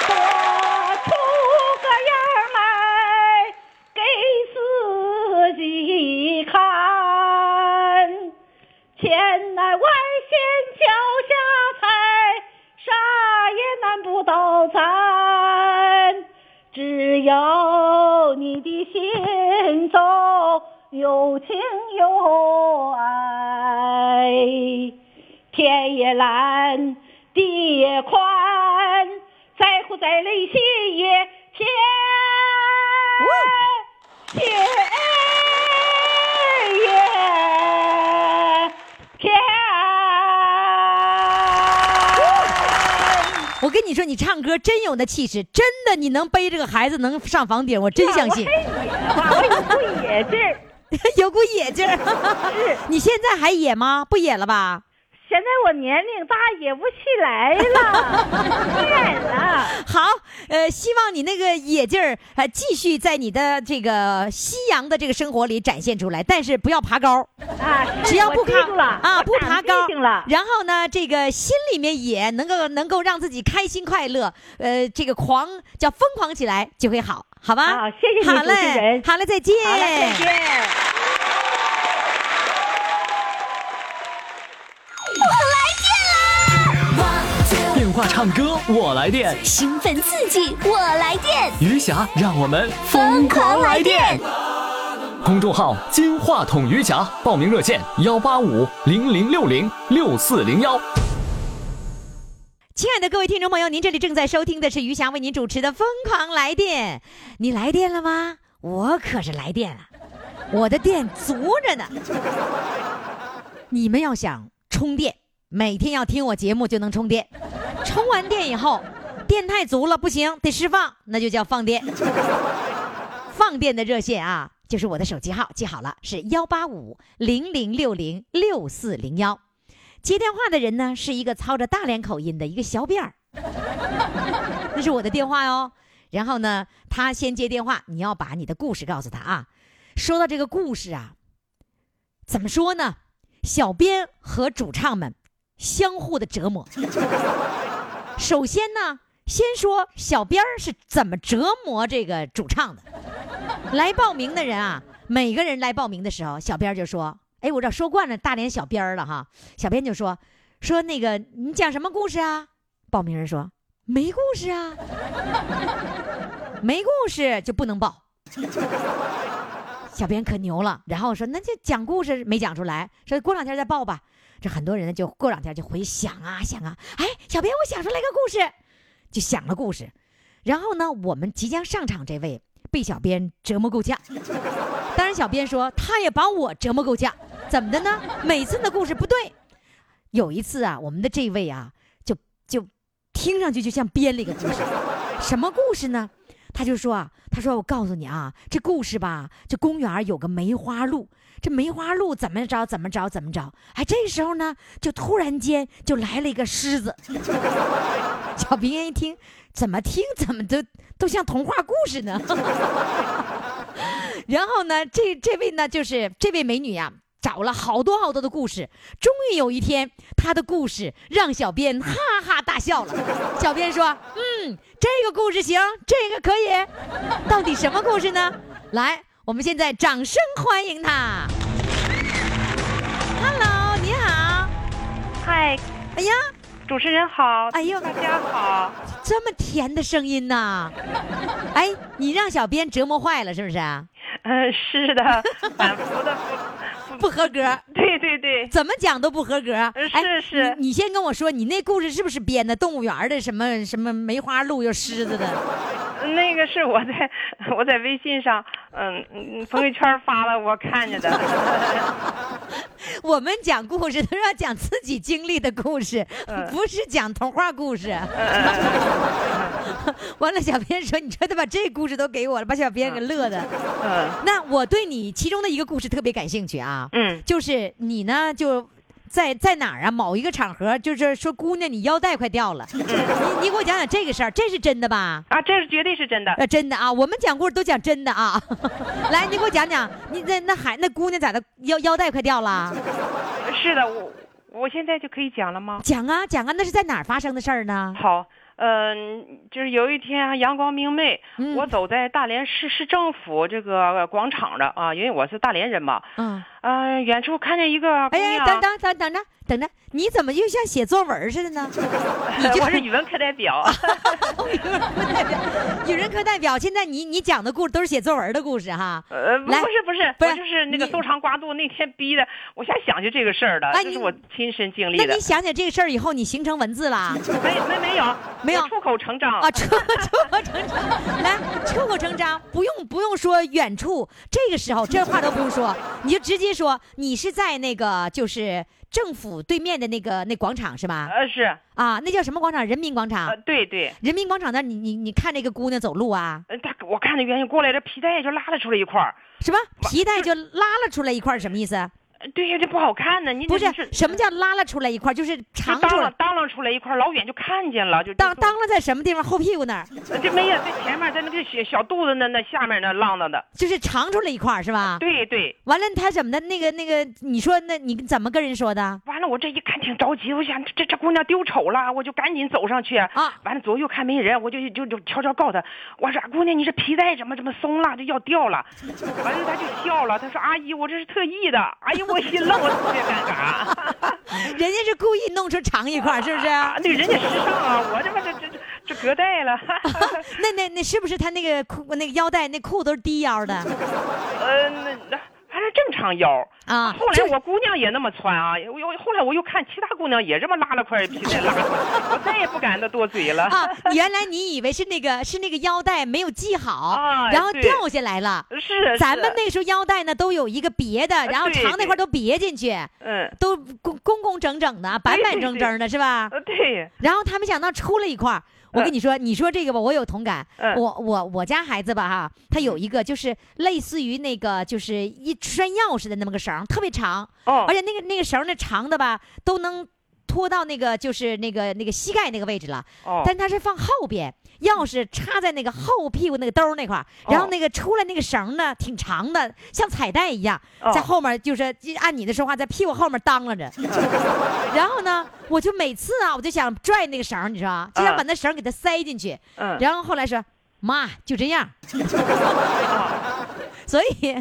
[SPEAKER 4] 活出个样来给自己看，千难万险脚下踩，啥也难不倒咱。只要你的心中有情有爱。天也蓝，地也宽，再苦再累心也甜。
[SPEAKER 3] 跟你说，你唱歌真有那气势，真的，你能背着个孩子能上房顶，我真相信， *laughs*
[SPEAKER 4] 我有会野劲儿。
[SPEAKER 3] 有股野劲儿。 *laughs* 你现在还野吗？不野了吧？
[SPEAKER 4] 现在我年龄大，也不起来了， *laughs* 不演了。
[SPEAKER 3] 好，呃，希望你那个野劲儿呃继续在你的这个西洋的这个生活里展现出来，但是不要爬高，
[SPEAKER 4] 啊，
[SPEAKER 3] 只要不
[SPEAKER 4] 记
[SPEAKER 3] 爬
[SPEAKER 4] 住了
[SPEAKER 3] 啊，不爬高
[SPEAKER 4] 了，。
[SPEAKER 3] 然后呢，这个心里面也能够能够让自己开心快乐，呃，这个狂叫疯狂起来就会好，好吧？
[SPEAKER 4] 好啊谢谢你
[SPEAKER 3] 好
[SPEAKER 4] 主持
[SPEAKER 3] 嘞
[SPEAKER 4] 人，
[SPEAKER 3] 好嘞，再见，
[SPEAKER 4] 好了，再见。
[SPEAKER 1] 电话唱歌我来电，
[SPEAKER 5] 兴奋刺激，我来电！
[SPEAKER 1] 余霞让我们
[SPEAKER 5] 疯狂来电！
[SPEAKER 1] 公众号“金话筒余霞”，报名热线：幺八五零零六零六四零幺。
[SPEAKER 3] 亲爱的各位听众朋友，您这里正在收听的是余霞为您主持的《疯狂来电》，你来电了吗？我可是来电了，我的电足着呢。你们要想充电，每天要听我节目就能充电。充完电以后，电太足了不行，得释放，那就叫放电。放电的热线啊，就是我的手机号，记好了，是幺八五零零六零六四零幺。接电话的人呢是一个操着大连口音的一个小辫儿， *laughs* 那是我的电话哟。然后呢，他先接电话，你要把你的故事告诉他啊。说到这个故事啊，怎么说呢？小编和主唱们相互的折磨。首先呢，先说小编儿是怎么折磨这个主唱的。来报名的人啊，每个人来报名的时候，小编儿就说：“哎，我这说惯了大连小编儿了哈。”小编就说：“说那个你讲什么故事啊？”报名人说：“没故事啊，没故事就不能报。”小编可牛了，然后说：“那就讲故事没讲出来，说过两天再报吧。”这很多人呢就过两天就回想啊想啊，哎，小编我想出来个故事，就想了故事。然后呢，我们即将上场这位被小编折磨够呛。当然，小编说他也把我折磨够呛，怎么的呢？每次的故事不对。有一次啊，我们的这位啊，就就听上去就像编了一个故事，什么故事呢？他就说啊，他说我告诉你啊，这故事吧，这公园儿有个梅花鹿，这梅花鹿怎么着怎么着怎么着，哎，这时候呢，就突然间就来了一个狮子。 *laughs* 小编一听，怎么听怎么都都像童话故事呢？然后呢，这这位呢，就是这位美女呀、找了好多好多的故事，终于有一天，她的故事让小编哈哈大笑了。小编说：“嗯，这个故事行，这个可以。到底什么故事呢？来，我们现在掌声欢迎她。Hello，你好。
[SPEAKER 6] 嗨，
[SPEAKER 3] 哎呀，
[SPEAKER 6] 主持人好，
[SPEAKER 3] 哎呦，
[SPEAKER 6] 大家 *laughs* 好。
[SPEAKER 3] 这么甜的声音呐！哎，你让小编折磨坏了是不啊是？
[SPEAKER 6] 嗯，是的，
[SPEAKER 3] *laughs*
[SPEAKER 6] 反复的不
[SPEAKER 3] 不合格，
[SPEAKER 6] 对对对，
[SPEAKER 3] 怎么讲都不合格。哎，
[SPEAKER 6] 呃是是
[SPEAKER 3] 你，你先跟我说，你那故事是不是编的？动物园的什么什么梅花鹿又狮子的？ *laughs*
[SPEAKER 6] 那个是我在我在微信上，嗯
[SPEAKER 3] *laughs*
[SPEAKER 6] 嗯，朋友圈发了，我看见的。
[SPEAKER 3] 我们讲故事都要讲自己经历的故事，
[SPEAKER 6] 呃
[SPEAKER 3] *laughs* 不是讲童话故事。
[SPEAKER 6] 呃
[SPEAKER 3] *laughs* 完了，小编说：“你说他把这故事都给我了，把小编给乐的。
[SPEAKER 6] 嗯
[SPEAKER 3] *laughs* 那我对你其中的一个故事特别感兴趣啊。
[SPEAKER 6] 嗯
[SPEAKER 3] 就是你呢，就在在哪儿啊？某一个场合，就是说姑娘，你腰带快掉了， *laughs* 你你给我讲讲这个事儿，这是真的吧？
[SPEAKER 6] 啊，这是绝对是真的。
[SPEAKER 3] 呃，真的啊，我们讲故事都讲真的啊。 *laughs* 来，你给我讲讲，你那那孩那姑娘咋的腰腰带快掉了？
[SPEAKER 6] 是的，我我现在就可以讲了吗？
[SPEAKER 3] 讲啊讲啊，那是在哪儿发生的事儿呢？
[SPEAKER 6] 好，嗯，就是有一天啊阳光明媚，
[SPEAKER 3] 嗯
[SPEAKER 6] 我走在大连市市政府这个广场的啊，因为我是大连人嘛，
[SPEAKER 3] 嗯，
[SPEAKER 6] 嗯、远处看见一个姑
[SPEAKER 3] 哎
[SPEAKER 6] 娘，
[SPEAKER 3] 呀，等等等等着等着，你怎么又像写作文似的呢？ *laughs* 你这
[SPEAKER 6] *laughs* 我是语文课代表。
[SPEAKER 3] 语文课代表，语文课代表，现在你你讲的故事都是写作文的故事哈。
[SPEAKER 6] 呃，不
[SPEAKER 3] 来
[SPEAKER 6] 不是不是，
[SPEAKER 3] 不
[SPEAKER 6] 我
[SPEAKER 3] 是
[SPEAKER 6] 就是那个
[SPEAKER 3] 你
[SPEAKER 6] 搜肠刮肚那天逼的，我现在想起这个事儿了
[SPEAKER 3] 哎，
[SPEAKER 6] 这
[SPEAKER 3] 你
[SPEAKER 6] 是我亲身经历
[SPEAKER 3] 那
[SPEAKER 6] 的
[SPEAKER 3] 你，想起这个事儿以后，你形成文字啦？
[SPEAKER 6] 没没没有
[SPEAKER 3] 没有
[SPEAKER 6] 我出口成章
[SPEAKER 3] 啊，出出口成章，来出口成章，不用不用说远处，这个时候这话都不用说，你就直接是说你是在那个就是政府对面的那个那广场是吧？
[SPEAKER 6] 呃，是，
[SPEAKER 3] 啊，那叫什么广场？人民广场。
[SPEAKER 6] 呃，对对，
[SPEAKER 3] 人民广场那儿，你你你看这个姑娘走路啊，
[SPEAKER 6] 呃，他我看那原因过来，这皮带就拉了出来一块儿，
[SPEAKER 3] 什么皮带就拉了出来一块儿，什么意思？啊
[SPEAKER 6] 呃对呀，这不好看呢。你
[SPEAKER 3] 不是
[SPEAKER 6] 这是
[SPEAKER 3] 什么叫拉了出来一块儿，就是
[SPEAKER 6] 就
[SPEAKER 3] 长出
[SPEAKER 6] 当啷
[SPEAKER 3] 来，
[SPEAKER 6] 当啷出来一块儿，老远就看见了，就
[SPEAKER 3] 当
[SPEAKER 6] 就
[SPEAKER 3] 当了在什么地方？后屁股那儿，
[SPEAKER 6] 呃这没有在前面，在那个小小肚子那那下面那浪荡的，
[SPEAKER 3] 就是长出来一块儿是吧？
[SPEAKER 6] 对对。
[SPEAKER 3] 完了，他怎么的？那个那个，你说那你怎么跟人说的？
[SPEAKER 6] 完了，我这一看挺着急，我想这这姑娘丢丑了，我就赶紧走上去。
[SPEAKER 3] 啊
[SPEAKER 6] 完了左右看没人，我就就就悄悄告她，我说啊姑娘，你这皮带怎么怎么松了，就要掉了。完了她就笑了，她说阿姨，我这是特意的。哎呀，我一愣，我特别尴尬。
[SPEAKER 3] 人家是故意弄出长一块儿， *laughs*
[SPEAKER 6] *laughs*
[SPEAKER 3] 是不是？
[SPEAKER 6] 啊，那人家时尚啊，我这妈这这这这隔代了。 *laughs*
[SPEAKER 3] 那那那是不是他那个裤那个腰带那裤都是低腰
[SPEAKER 6] *laughs*
[SPEAKER 3] 的
[SPEAKER 6] 呃，那那还是正常腰。
[SPEAKER 3] 啊？
[SPEAKER 6] 后来
[SPEAKER 3] 就是
[SPEAKER 6] 我姑娘也那么穿啊，我又后来我又看其他姑娘也这么拉了块皮带拉出来，我再也不敢那多嘴了。
[SPEAKER 3] 啊，原来你以为是那个是那个腰带没有系好，
[SPEAKER 6] 啊
[SPEAKER 3] 然后
[SPEAKER 6] 对呃
[SPEAKER 3] 掉下来了。
[SPEAKER 6] 是，
[SPEAKER 3] 咱
[SPEAKER 6] 是
[SPEAKER 3] 们那时候腰带呢都有一个别的，然后
[SPEAKER 6] 对
[SPEAKER 3] 长那
[SPEAKER 6] 对
[SPEAKER 3] 块都别进去，
[SPEAKER 6] 嗯，
[SPEAKER 3] 都工工工整整的，板板正正的是吧？
[SPEAKER 6] 呃，对，
[SPEAKER 3] 然后他没想到出了一块儿。我跟你说，你说这个吧，我有同感。
[SPEAKER 6] 嗯
[SPEAKER 3] 我我我家孩子吧，哈，他有一个就是类似于那个就是一拴钥匙的那么个绳儿，特别长，
[SPEAKER 6] 哦
[SPEAKER 3] 而，且那个那个绳儿那长的吧，都能拖到那个就是那个那个膝盖那个位置了。
[SPEAKER 6] 哦，
[SPEAKER 3] 但它是放后边，钥匙插在那个后屁股那个兜儿那块儿，然后
[SPEAKER 6] 哦
[SPEAKER 3] 那个出来那个绳儿呢，挺长的，像彩带一样，
[SPEAKER 6] 哦
[SPEAKER 3] 在后面就是就按你的说话，在屁股后面当啷
[SPEAKER 6] *laughs*
[SPEAKER 3] 着。然后呢，我就每次啊，我就想拽那个绳儿，你知道吧？就想把那绳儿给它塞进去。
[SPEAKER 6] 嗯
[SPEAKER 3] 然后后来说，妈就这
[SPEAKER 6] *laughs*
[SPEAKER 3] 样。
[SPEAKER 6] 哦
[SPEAKER 3] *laughs* 所以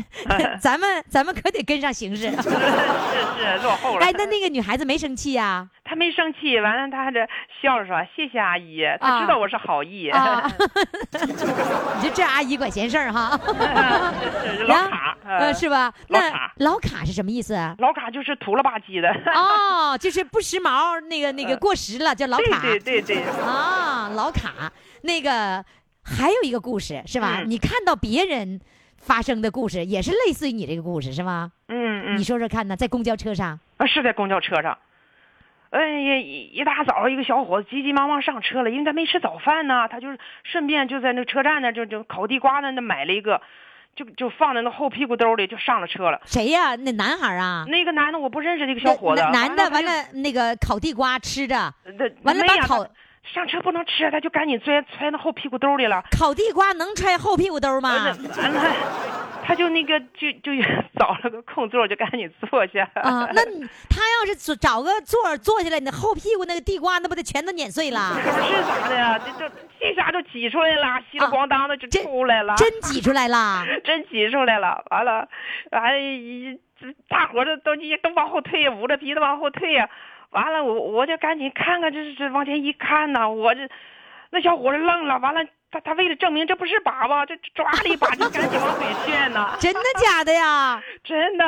[SPEAKER 3] 咱们咱们可得跟上形势。
[SPEAKER 6] 是是落后
[SPEAKER 3] *laughs*
[SPEAKER 6] 了。
[SPEAKER 3] 哎，那那个女孩子没生气
[SPEAKER 6] *laughs*
[SPEAKER 3] 呀、
[SPEAKER 6] 他没生气，完了他还得笑着说谢谢阿姨，
[SPEAKER 3] 啊
[SPEAKER 6] 他知道我是好意， *laughs*
[SPEAKER 3] 啊，你就这阿姨管闲事儿哈。 *laughs*
[SPEAKER 6] 是是 *laughs* 老卡，
[SPEAKER 3] 呃，
[SPEAKER 6] 嗯
[SPEAKER 3] 是吧？
[SPEAKER 6] 老
[SPEAKER 3] 那
[SPEAKER 6] 卡
[SPEAKER 3] 老卡是什么意
[SPEAKER 6] *laughs*
[SPEAKER 3] 思啊？
[SPEAKER 6] 老卡就是土了吧唧的，
[SPEAKER 3] 哦，就是不时髦，那个那个过时了，叫老
[SPEAKER 6] 呃 *laughs* 对
[SPEAKER 3] 卡
[SPEAKER 6] 对对对，
[SPEAKER 3] 啊，老卡。那个还有一个故事是吧？
[SPEAKER 6] 嗯
[SPEAKER 3] 你看到别人发生的故事，也是类似于你这个故事是吗？
[SPEAKER 6] 嗯
[SPEAKER 3] 你
[SPEAKER 6] 嗯
[SPEAKER 3] 说说看呢，在公交车上
[SPEAKER 6] 啊，是在公交车上。哎呀，一一大早一个小伙子急急忙忙上车了，因为他没吃早饭呢，他就是顺便就在那车站那就就烤地瓜那那买了一个，就就放在那后屁股兜里就上了车了。
[SPEAKER 3] 谁呀、那男孩啊？
[SPEAKER 6] 那个男的我不认识，嗯那个小伙子，啊
[SPEAKER 3] 那男的
[SPEAKER 6] 他
[SPEAKER 3] 完
[SPEAKER 6] 就
[SPEAKER 3] 了，那个烤地瓜吃着，
[SPEAKER 6] 那
[SPEAKER 3] 完了
[SPEAKER 6] 没
[SPEAKER 3] 把
[SPEAKER 6] 呀
[SPEAKER 3] 烤
[SPEAKER 6] 他上车不能吃，他就赶紧钻揣到后屁股兜里了。
[SPEAKER 3] 烤地瓜能揣后屁股兜吗？
[SPEAKER 6] 完了完了，他就那个就就 *laughs* 找了个空座就赶紧坐下。
[SPEAKER 3] 啊，那你他要是找找个座儿坐下来，你的后屁股那个地瓜，那不得全都碾碎了？
[SPEAKER 6] 可不 *laughs* *laughs* 是咋的呀？这这这下就挤出来了，稀里咣当的就
[SPEAKER 3] 真
[SPEAKER 6] 出来了，
[SPEAKER 3] 啊真挤出来了，
[SPEAKER 6] *laughs* 真挤出来了。完了，完了，一这大伙儿都都都往后退呀，捂着鼻子往后退呀。完了，我我就赶紧看看，这是这往前一看呐，我这那小伙儿愣了。完了，他他为了证明这不是粑粑，这这抓了一把就赶紧往嘴炫呐。
[SPEAKER 3] 真的假的呀？
[SPEAKER 6] 真的。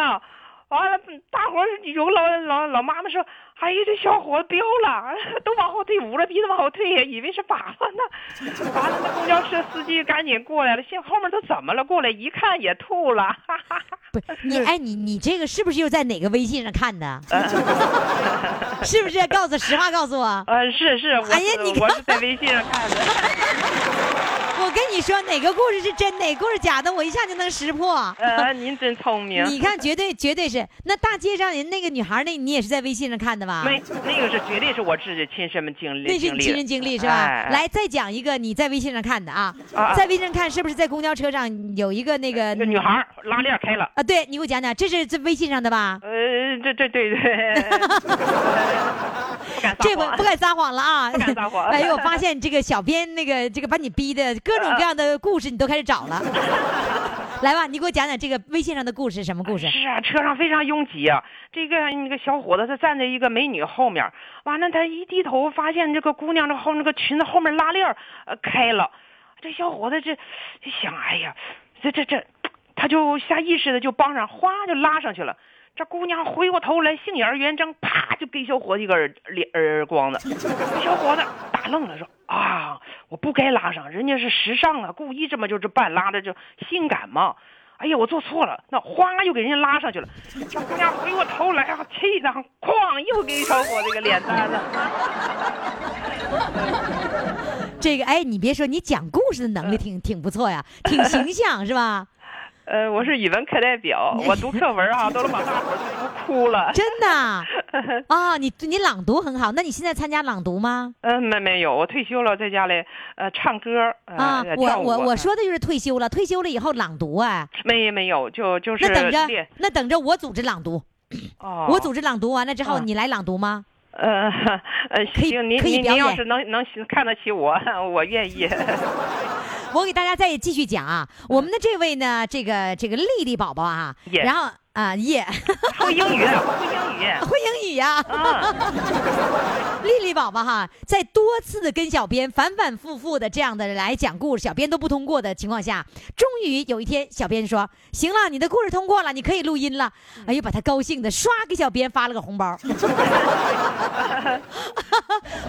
[SPEAKER 6] 完了，大伙儿有个老老老妈妈说：“哎呀，这小伙子彪了， *laughs* 都往后退，捂着鼻子往后退，以为是粑粑呢。” *laughs* 完了，那公交车司机赶紧过来了，现后面都怎么了？过来一看也吐了，哈哈哈。
[SPEAKER 3] 不是你哎，你你这个是不是又在哪个微信上看的？ *laughs* 是不
[SPEAKER 6] *laughs*
[SPEAKER 3] 是？告诉实话，告诉我，
[SPEAKER 6] 嗯、是是，我是、
[SPEAKER 3] 哎呀你看
[SPEAKER 6] 我是在微信上看的。
[SPEAKER 3] 我跟你说哪个故事是真，哪个故事假的，我一下就能识破。 *laughs*
[SPEAKER 6] 呃，您真聪明。
[SPEAKER 3] 你看，绝对绝对是。那大街上人那个女孩儿，那你也是在微信上看的吧？
[SPEAKER 6] 没，那个是绝对是我自己亲身经历，
[SPEAKER 3] 那是
[SPEAKER 6] 经
[SPEAKER 3] 你
[SPEAKER 6] 历
[SPEAKER 3] 亲
[SPEAKER 6] 的
[SPEAKER 3] 身经历是
[SPEAKER 6] 哎
[SPEAKER 3] 吧？
[SPEAKER 6] 哎
[SPEAKER 3] 来，再讲一个你在微信上看的啊，
[SPEAKER 6] 啊
[SPEAKER 3] 在微信上看是不是在公交车上有一个那个
[SPEAKER 6] 那个女孩儿拉链开了。
[SPEAKER 3] 啊？对，你给我讲讲，这是在微信上的吧？
[SPEAKER 6] 呃，这这
[SPEAKER 3] *laughs*
[SPEAKER 6] 对对，不敢撒
[SPEAKER 3] 这不
[SPEAKER 6] 谎
[SPEAKER 3] 不敢撒谎了啊！
[SPEAKER 6] 不敢撒谎
[SPEAKER 3] 哎呦，我发现这个小编那个这个把你逼的各种各样的故事，你都开始找了。
[SPEAKER 6] *laughs*
[SPEAKER 3] 来吧，你给我讲讲这个微信上的故事，什么故事？
[SPEAKER 6] 是啊，车上非常拥挤啊。这个那个小伙子他站在一个美女后面儿，完了他一低头发现这个姑娘这后那个裙子后面拉链儿呃开了，这小伙子这这想，哎呀，这这这，他就下意识的就帮上，哗就拉上去了。这姑娘回过头来，杏眼儿圆睁，啪就给小伙子一个耳脸耳光子。这小伙子打愣了，说：“啊，我不该拉上，人家是时尚啊，故意这么就是半拉的，就性感嘛。”哎呀，我做错了，那哗又给人家拉上去了，小姑娘回过头来啊，气的哐又给小伙子一个脸蛋子。
[SPEAKER 3] 这个哎，你别说，你讲故事的能力挺挺不错呀，挺形象是吧？
[SPEAKER 6] 呃，我是语文课代
[SPEAKER 3] *laughs*
[SPEAKER 6] 表，我读课文啊，都能把大伙儿都读哭了。
[SPEAKER 3] 真的
[SPEAKER 6] *laughs*
[SPEAKER 3] 啊啊，你你朗读很好，那你现在参加朗读吗？
[SPEAKER 6] 嗯、没没有，我退休了，在家里呃唱歌呃、
[SPEAKER 3] 啊，我
[SPEAKER 6] 跳舞
[SPEAKER 3] 我
[SPEAKER 6] 啊
[SPEAKER 3] 我说的就是退休了，退休了以后朗读哎，
[SPEAKER 6] 没没有，就就是
[SPEAKER 3] 那等
[SPEAKER 6] 练
[SPEAKER 3] 着那等着我组织朗读，
[SPEAKER 6] 哦，
[SPEAKER 3] 我组织朗读完了之后
[SPEAKER 6] 嗯
[SPEAKER 3] 你来朗读吗？
[SPEAKER 6] 呃呃
[SPEAKER 3] 可以
[SPEAKER 6] 行，您
[SPEAKER 3] 可以
[SPEAKER 6] 您
[SPEAKER 3] 表
[SPEAKER 6] 您要
[SPEAKER 3] 演
[SPEAKER 6] 是能能行看得起我， *laughs* 我
[SPEAKER 3] *laughs*
[SPEAKER 6] 愿意。
[SPEAKER 3] 我给大家再继续讲啊，
[SPEAKER 6] 嗯
[SPEAKER 3] 我们的这位呢，这个这个丽丽宝宝啊，
[SPEAKER 6] Yes
[SPEAKER 3] 然后啊 *laughs* 耶，
[SPEAKER 6] 会英语，会英语。
[SPEAKER 3] 会英语呀、
[SPEAKER 6] 啊，
[SPEAKER 3] 丽丽宝宝哈，在多次的跟小编反反复复的这样的来讲故事，小编都不通过的情况下，终于有一天，小编说：“行了，你的故事通过了，你可以录音了。”哎呦，把他高兴的唰给小编发了个红包。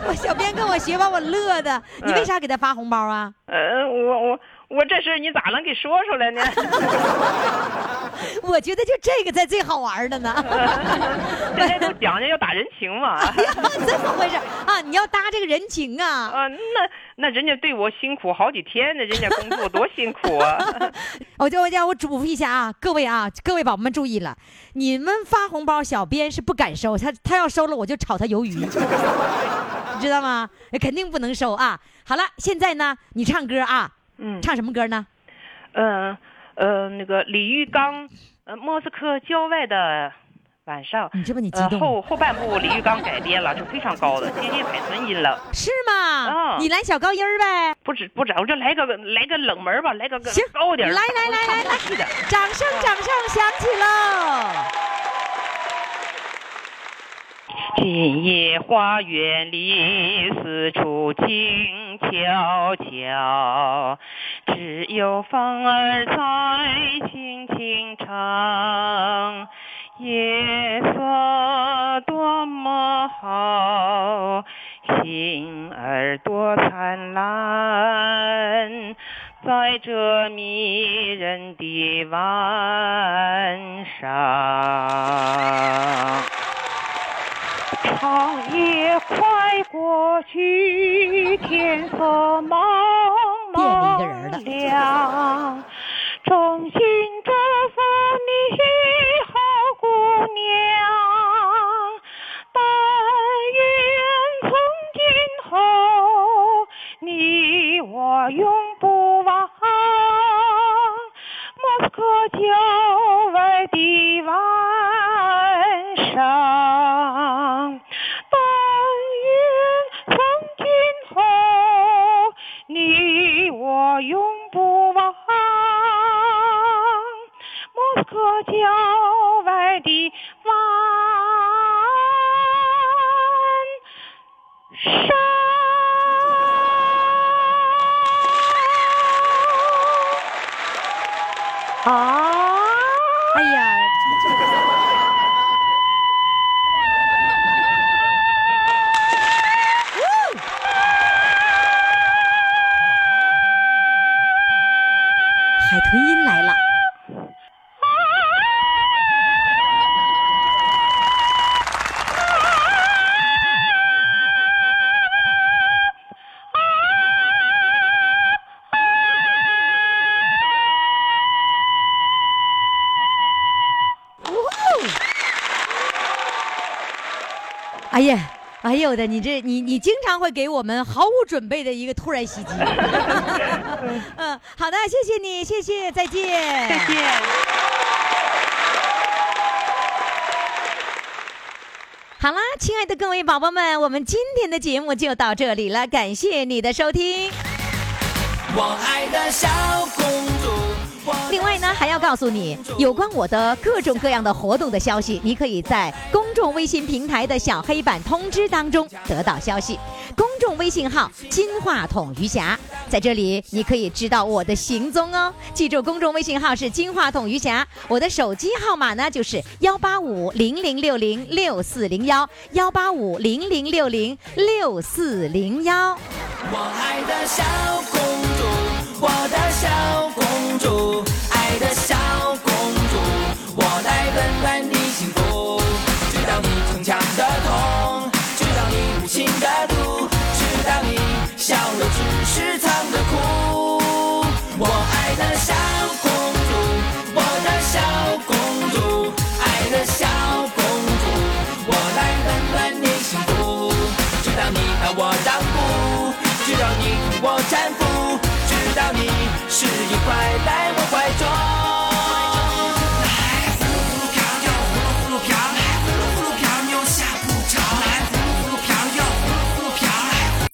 [SPEAKER 3] 我小编跟我学，把我乐的。你为啥给他发红包啊？
[SPEAKER 6] 呃，我我我这事儿你咋能给说出来呢？ *laughs*
[SPEAKER 3] 我觉得就这个才最好玩的呢。
[SPEAKER 6] 现在都讲究要打人情嘛。
[SPEAKER 3] 哎呀，怎么回事啊？你要搭这个人情啊？
[SPEAKER 6] 啊，那那人家对我辛苦好几天呢，人家工作多辛苦
[SPEAKER 3] *laughs*
[SPEAKER 6] 啊！
[SPEAKER 3] 我就我就我嘱咐一下啊，各位啊，各位宝宝们注意了，你们发红包，小编是不敢收，他他要收了我就炒他鱿鱼， *laughs* 你知道吗？肯定不能收啊！好了，现在呢，你唱歌啊，
[SPEAKER 6] 嗯
[SPEAKER 3] 唱什么歌呢？
[SPEAKER 6] 嗯呃，那个李玉刚，呃，莫斯科郊外的晚上，
[SPEAKER 3] 你这不你激
[SPEAKER 6] 呃
[SPEAKER 3] 动
[SPEAKER 6] 后后半部李玉刚改编了，就非常高的，接近海豚音了。
[SPEAKER 3] 是吗？
[SPEAKER 6] 啊
[SPEAKER 3] 你来小高音儿呗，
[SPEAKER 6] 不止不止，我就来个来个冷门吧，来个
[SPEAKER 3] 行
[SPEAKER 6] 高点儿
[SPEAKER 3] 来来来来来
[SPEAKER 6] 来，
[SPEAKER 3] 掌声掌声响起喽！
[SPEAKER 6] 今夜花园里四处静悄悄，只有风儿在轻轻唱。夜色多么好，星儿多灿烂，在这迷人的晚上。长夜快过去，天色茫
[SPEAKER 3] 惦记一个
[SPEAKER 6] 茫
[SPEAKER 3] 人儿了
[SPEAKER 6] 亮。衷心祝福你，好姑娘。但愿从今后，你我永不忘。莫斯科郊外的晚上，但愿从今后，你我永不忘。莫斯科郊外的晚上。啊！
[SPEAKER 3] 哎呀，海豚音来了。哎呀，哎呦我的，你这你你经常会给我们毫无准备的一个突然袭击。嗯，好的，谢谢你，谢谢，再见，再见。好啦，亲爱的各位宝宝们，我们今天的节目就到这里了，感谢你的收听。
[SPEAKER 7] 我爱的小公主。我
[SPEAKER 3] 另外呢，还要告诉你有关我的各种各样的活动的消息，你可以在公众微信平台的小黑板通知当中得到消息。公众微信号“金话筒余霞”，在这里你可以知道我的行踪哦。记住，公众微信号是“金话筒余霞”，我的手机号码呢就是幺八五零零六零六四零幺幺八五零零六零六四零幺。
[SPEAKER 7] 我爱的小公主，我的小公主，爱的小快带我